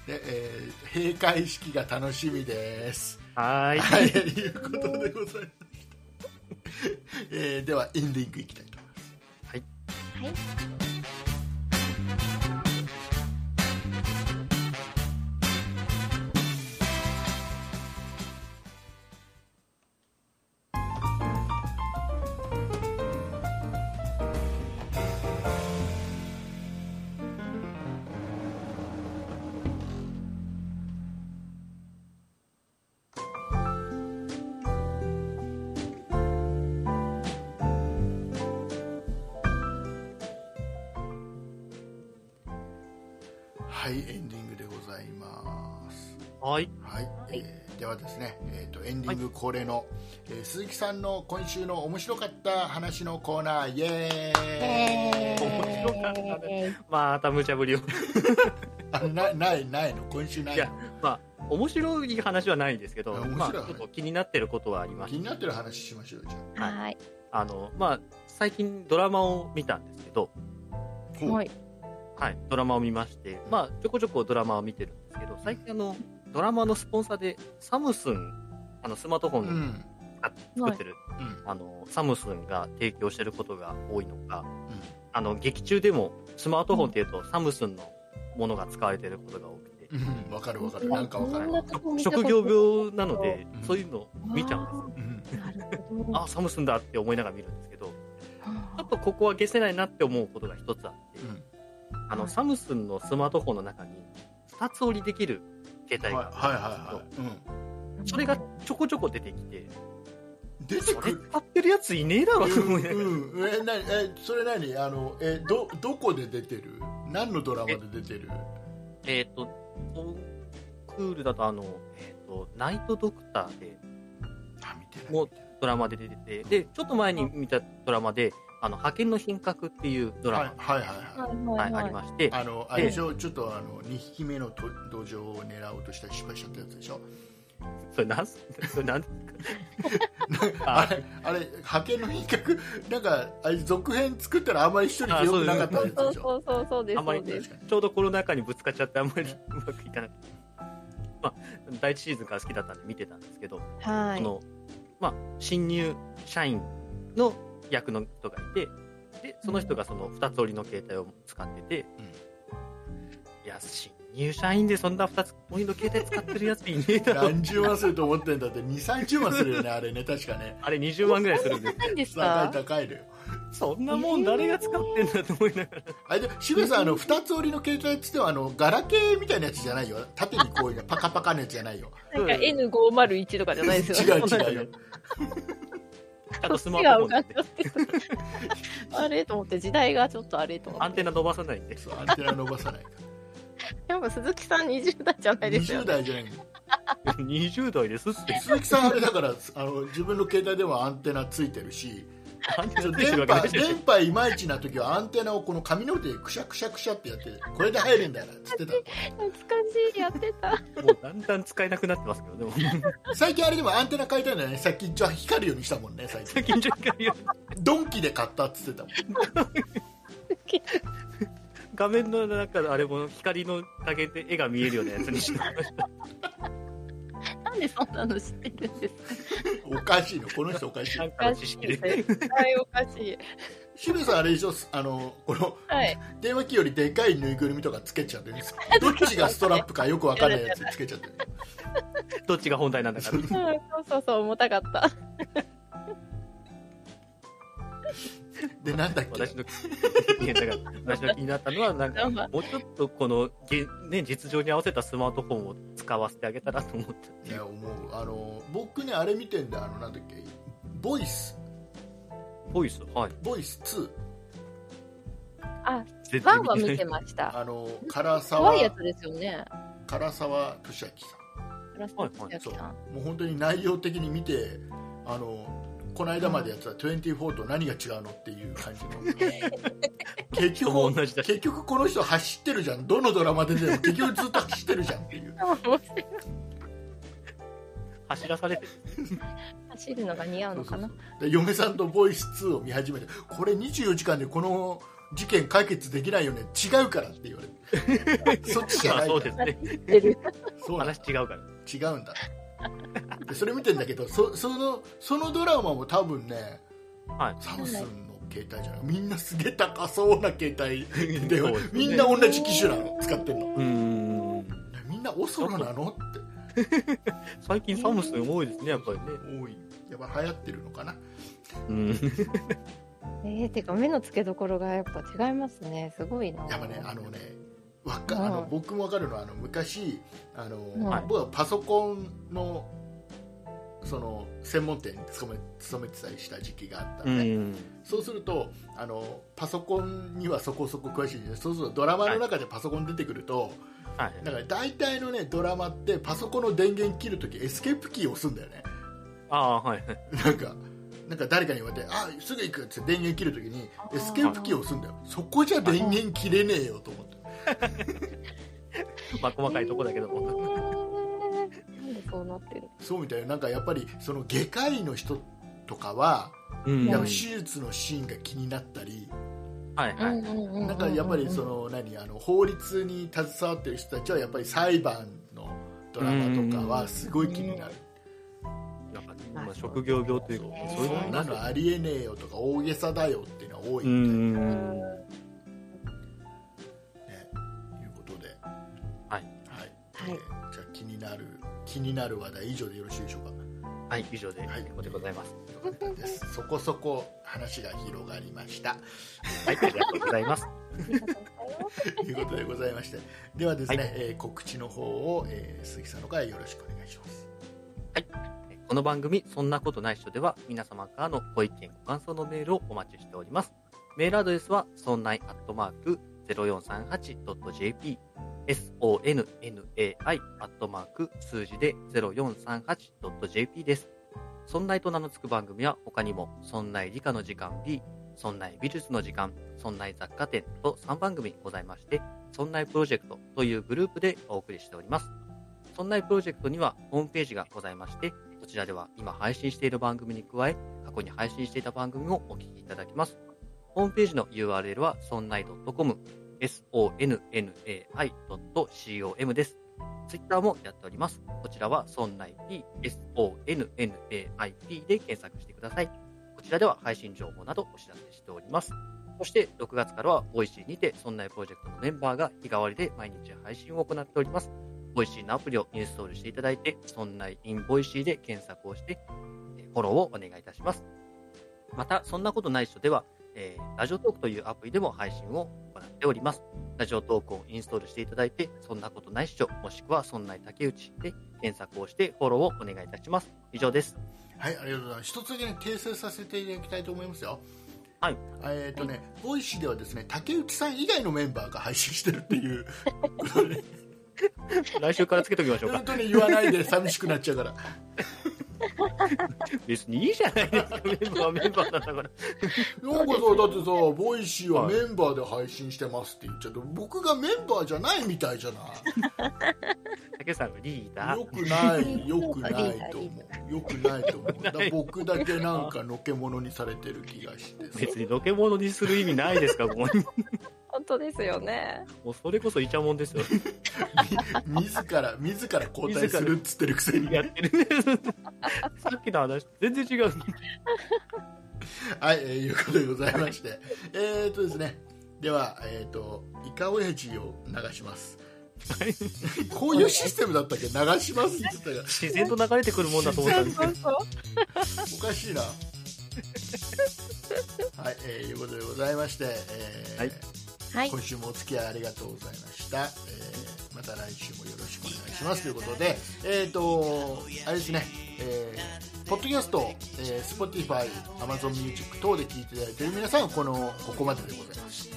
S2: えー、閉会式が楽しみです。
S3: はーい。
S2: はい、いうことでございました。えー、ではエンディングいきたいと思います。
S4: はい。
S2: はい、エンディングでございます。
S3: はい。
S2: はい、
S4: い
S2: えーではですね、えー、とエンディング恒例の、えー鈴木さんの今週の面白かった話のコーナー、イエーイ
S3: 面白かったまた無茶ぶりを。
S2: あのなない、ないの、今週ない
S3: いや
S2: の。
S3: まあ、面白い話はないんですけど、
S2: あ面白い
S3: まあ、ちょっと気になってることはありま
S2: 気
S3: し
S2: に
S3: て、
S2: なってる話しましょうよ、じゃ
S4: はい。
S3: あの、まあ、最近ドラマを見たんですけど、
S2: あ。。
S4: はいい。
S3: はい、ドラマを見まして、まあ、ちょこちょこドラマを見てるんですけど、最近あの、ドラマのスポンサーで、サムスン、あの、スマートフォ
S2: う
S3: ン
S2: ん。
S3: を作ってる、
S2: うん。
S3: あの、サムスンが提供してることが多いのか、
S2: うん
S3: あの、劇中でも、スマートフォンっていうと、サムスンのものが使われてることが多くて、
S2: うん。わかるわかる。なんかわかる。
S3: 職業病なので
S2: うん、
S3: そういうの見ちゃうんです
S2: うん。
S3: よ
S4: なるほど。
S3: あサムスンだって思いながら見るんですけどちょ
S4: あ
S3: っとここは消せないなって思うことが一つあって、
S2: うん
S3: あの
S4: はい
S3: サムスンのスマートフォンの中に2つ折りできる携
S2: はい
S3: 帯
S2: はい
S3: があるん
S2: は
S3: ですけど
S2: いはい。うん。
S3: それがちょこちょこ出てきて
S2: 出て
S3: そ
S2: く
S3: れ
S2: る
S3: 使ってるやついねえだ
S2: う
S3: ろと
S2: ん
S3: 思いながら
S2: うんえなえそれ何あのえどどこで出てる何のドラマで出てる
S3: えっとコンクールだとあの、えっとナイトドクターで
S2: あ見てない
S3: もうドラマで出てて、で、ちょっと前に見たドラマで、あの、派遣の品格っていうド
S2: はい
S3: ラ
S2: はいはいはい
S3: マ、はい
S4: は
S3: あ
S4: い
S3: りまして、
S2: あのあれでしょちょっとあの2匹目のと土壌を狙おうとしたり失敗しちゃったやつでしょ
S3: それなんす、それなんです
S2: あ
S3: か
S2: れ あれ派遣の品格なんかあれ続編作ったらあんまり一人でよくなかったやつ
S4: そ
S2: で
S4: う
S2: しょ
S4: そうそうそうです
S3: あんま
S4: そ
S3: り
S4: うです。
S3: ちょうどコロナ禍にぶつかっちゃって、あんまり うまくいかなくて。まあ、第一シーズンから好きだったんで見てたんですけど、
S4: は
S3: そ
S4: い。
S3: の、まあ、新入社員の役の人がいて、で、その人がその2つ折りの携帯を使ってて、いや、新入社員でそんな2つ折りの携帯使ってるやついねえだ ろ。
S2: 何十万すると思ってんだって2、30万するよね、あれね、確かね、
S3: あれ20万ぐらいするんです。
S4: ないんです
S2: 高い
S4: か。
S2: 高いのよ、
S3: そんなもん誰が使ってんだと思いながら。
S2: あれで渋谷さん、あの2つ折りの携帯っつってはあの、ガラケーみたいなやつじゃないよ、縦にこういうのパカパカのやつじゃ ないよ、
S4: なんか N501 とかじゃないですよね。
S2: 違う違うよ、
S3: ちゃんとスマートフォンなんで
S4: そっちが浮かんじゃって あれと思って時代がちょっとあれと思
S3: ア
S4: っ
S3: ン
S4: て。
S3: テナ伸ばさないんで。
S2: そうアンテナ伸ばさないか
S4: やっぱ鈴木さん20代じゃな
S2: ら、
S4: いですよ
S2: 20
S4: ね。
S2: 代じゃないの
S3: 20代です って。
S2: 鈴木さん、あれだからあの、自分の携帯でもアンテナついてるし、
S3: アンテ
S2: ちょ
S3: ナついてる
S2: 電
S3: わけな
S2: 波
S3: いでしょ
S2: 電波いまいちな時はアンテナをこの髪の毛でくしゃくしゃくしゃってやって、これで入るんだよなって言ってた。
S4: 懐かしいやってた。
S3: もうだんだん使えなくなってますけど、でも。
S2: 最近あれでもアンテナ変えたんだよね、さっき一応光るようにしたもんね、最近。
S3: 最近ちょっと
S2: ドンキで買ったって言ってたもん。
S3: 画面の中のあれも光の加減で絵が見えるようなやつにしてました。
S4: なんでそんなの知ってるんですか。
S2: おかしいの、この人おかしい
S3: なん。かの知 識で。
S4: 絶対おかしい。
S2: 渋谷さん、あれでしょ、あの、この
S4: はい。
S2: 電話機よりでかいぬいぐるみとかつけちゃってるんですよどっちがストラップかよくわかんないやつつけちゃってる。
S3: どっちが本題なんだか
S4: うんそうそうそう重たかった。
S2: で、なんだっけ
S3: 私、の、いやだから私の気になったのは、なんか、
S4: なんか
S3: もうちょっとこの、現ね、実情に合わせたスマートフォンを使わせてあげたらと思ったって
S2: い
S3: いう
S2: や、。思う。あの、僕ね、あれ見てんだよ、あの、なんだっけ、ボイス、
S3: ボイスはい。
S2: ボイス2、
S4: あ、
S3: 全
S4: ワンは見て
S3: ま
S4: ました。
S2: あの、唐沢
S4: 怖いや、つですよね。
S2: 唐沢俊明さん。
S4: ラスト千秋さん。
S2: もう本当に内容的に見てあのこの間までやってた24と何が違うのっていう感じの結
S3: もう
S2: 局
S3: 同じだし
S2: 結局この人走ってるじゃんどのドラマ出ても結局ずっと走ってるじゃんっていう
S4: でも面白い
S3: 走らされてる。
S4: 走るのが似合うのかな。
S2: で嫁さんと「ボイス2」を見始めてこれ24時間でこの事件解決できないよね違うからって言われ てそっちじゃ
S3: ま
S2: な
S3: あ
S2: い
S3: そう
S2: か
S3: で
S2: ら
S3: すね。
S4: 出る。
S2: そうなの
S3: 話違うから。
S2: 違うんだでそれ見てんだけどそそのそのドラマも多分ね、
S3: はい
S2: サムスンの携帯じゃないみんなすげえ高そうな携帯 で、
S3: そうですね
S2: みんな 同じ機種なの使ってんの
S3: うーん。
S2: みんなオソロなのって
S3: 最近サムスン多いですね、やっぱりね。
S2: 多いやっぱ流行ってるのかな
S3: うん。
S4: えー、てか目の付けどころがやっぱ違いますね。すごいな。
S2: やっぱねあのねわか
S4: うん
S2: あの僕も分かるのはあの昔あの、
S4: ん
S2: 僕はパソコンのその専門店に勤め勤めてたりした時期があった
S3: う
S2: ので、
S3: ん。
S2: そうするとあのパソコンにはそこそこ詳しいんでそうするとドラマの中でパソコン出てくると、
S3: はい。
S2: だから大体の、ね、ドラマってパソコンの電源切るときエスケープキーを押すんだよね
S3: ああー、はい。
S2: なんかなんか誰かに言われてあすぐ行くっつって電源切るときに
S4: あー
S2: エスケープキーを押すんだよそこじゃ電源切れねえよと思って
S3: まあ、細かいとこだけど
S4: え
S3: も。
S4: ーなんでそうなってる。
S2: そうみたいななんかやっぱりその外科医の人とかは、
S3: うん
S2: やっ
S3: は
S2: ぱ
S3: い
S2: 手術のシーンが気になったり、
S3: はい。
S2: なんかやっぱりその何あの法律に携わってる人たちはやっぱり裁判のドラマとかはすごい気になる、
S3: なんかね、まあ、職業病というか、ね、そういうの
S2: そ
S3: も
S2: ん
S3: な
S2: なんの
S3: か
S2: ありえねえよとか大げさだよっていうのは多い、
S3: う
S2: ね
S3: ん。
S2: いうことでは
S3: はい、
S2: えーじゃあ気になる気になる話題以上でよろしいでしょうか
S3: はい、以上で、
S2: はい
S3: ここでございます。
S2: よかったですそこそこ話が広がりました
S3: はい、ありがとうございます。
S4: あ りがとうございます
S2: ということでございましてではですね、
S3: はい
S2: えー告知の方を、えー鈴木さんの方からよろしくお願いします
S3: この番組、そんなことないっしょでは、皆様からのご意見、ご感想のメールをお待ちしております。メールアドレスは、そんないアットマーク 0438.jp、sonnai アットマーク数字で 0438.jp です。そんないと名の付く番組は他にも、そんない理科の時間 B、そんない美術の時間、そんない雑貨店と3番組ございまして、そんないプロジェクトというグループでお送りしております。そんないプロジェクトにはホームページがございまして、そちらでは今配信している番組に加え、過去に配信していた番組もお聞きいただきます。ホームページの URL はそんない .com、sonnai.com です。ツイッターもやっております。こちらは、そんない P、SONNAIP で検索してください。こちらでは配信情報などお知らせしております。そして、6月からは、ボイシーにて、そんないプロジェクトのメンバーが日替わりで毎日配信を行っております。ボイシーのアプリをインストールしていただいて、そんない in ボイシーで検索をして、えーフォローをお願いいたします。また、そんなことない人では、えーラジオトークというアプリでも配信を行っております。ラジオトークをインストールしていただいて、そんなことないっしょ、もしくはそんない竹内で検索をしてフォローをお願いいたします。以上です。
S2: はい、ありがとうございます。一つだけ、ね、訂正させていただきたいと思いますよ。
S3: はい。
S2: えっ、とね、ボイシーではですね、竹内さん以外のメンバーが配信してるっていう。ことをね
S3: 来週からつけときましょう
S2: 本
S3: か。
S2: 当に言わないで、寂しくなっちゃう から。
S3: 別にいいじゃないですか、メンバーはメンバーなんだから。
S2: なんかさ、だってさ、ボイシーはメンバーで配信してますって言っちゃって、僕がメンバーじゃないみたいじゃない。
S3: 竹内さんがリーダー
S2: よ。く ない、よくないと思う。よくないと思う。だから僕だけなんかのけものにされてる気がしてさ。
S3: 別にのけ者にする意味ないですから、もう。
S4: 本当ですよね。
S3: もうそれこそイチャモンですよ。
S2: み 自ら、自ら交代するっつってるくせに。
S3: やってる。さっきの話、全然違う。
S2: はい、えーいうことでございまして、えーとですね、では、えーと、イカオヤジを流します。 こういうシステムだったっけ、流しますって言ってたか
S3: 自然と流れてくるもんだと思ったんですけど。
S4: そう。
S2: ら、おか しいな。はい、えーいうことでございまして、えー
S3: はい
S4: はい
S2: 今。週もお付き合いありがとうございました。えーまた来週もよろしくお願いしますということで、えーと、あれですね、えーポッドキャスト、えー、Spotify、AmazonMusic 等で聞いていただいている皆さんはこの、ここまででございます。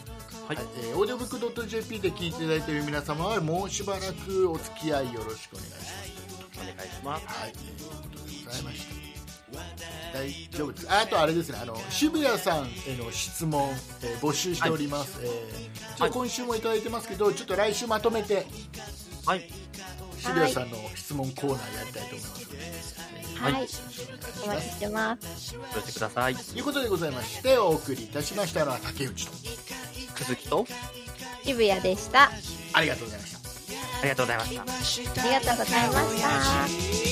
S3: はい
S2: はい。えー、オーディオブックドット JP で聞いていただいている皆様はもうしばらくお付き合いよろしくお願いします。
S3: お願いします。
S2: はい、ということでございました。大丈夫です。ああとあれですね、あの渋谷さんへの質問、えー募集しております。えーちょっと今週もいただいてますけど、ちょっと来週まとめて
S3: はい。
S2: 渋谷さんの質問コーナーやりたいと思いますので、
S4: はい。
S3: はい
S4: お待ちしてます。
S3: そしてください。
S2: ということでございまして、お送りいたしましたのは竹内と、
S3: 続きと、
S4: 渋谷でした。
S2: ありがとうございました。
S3: ありがとうございました。
S4: ありがとうございまし
S1: 「
S4: た。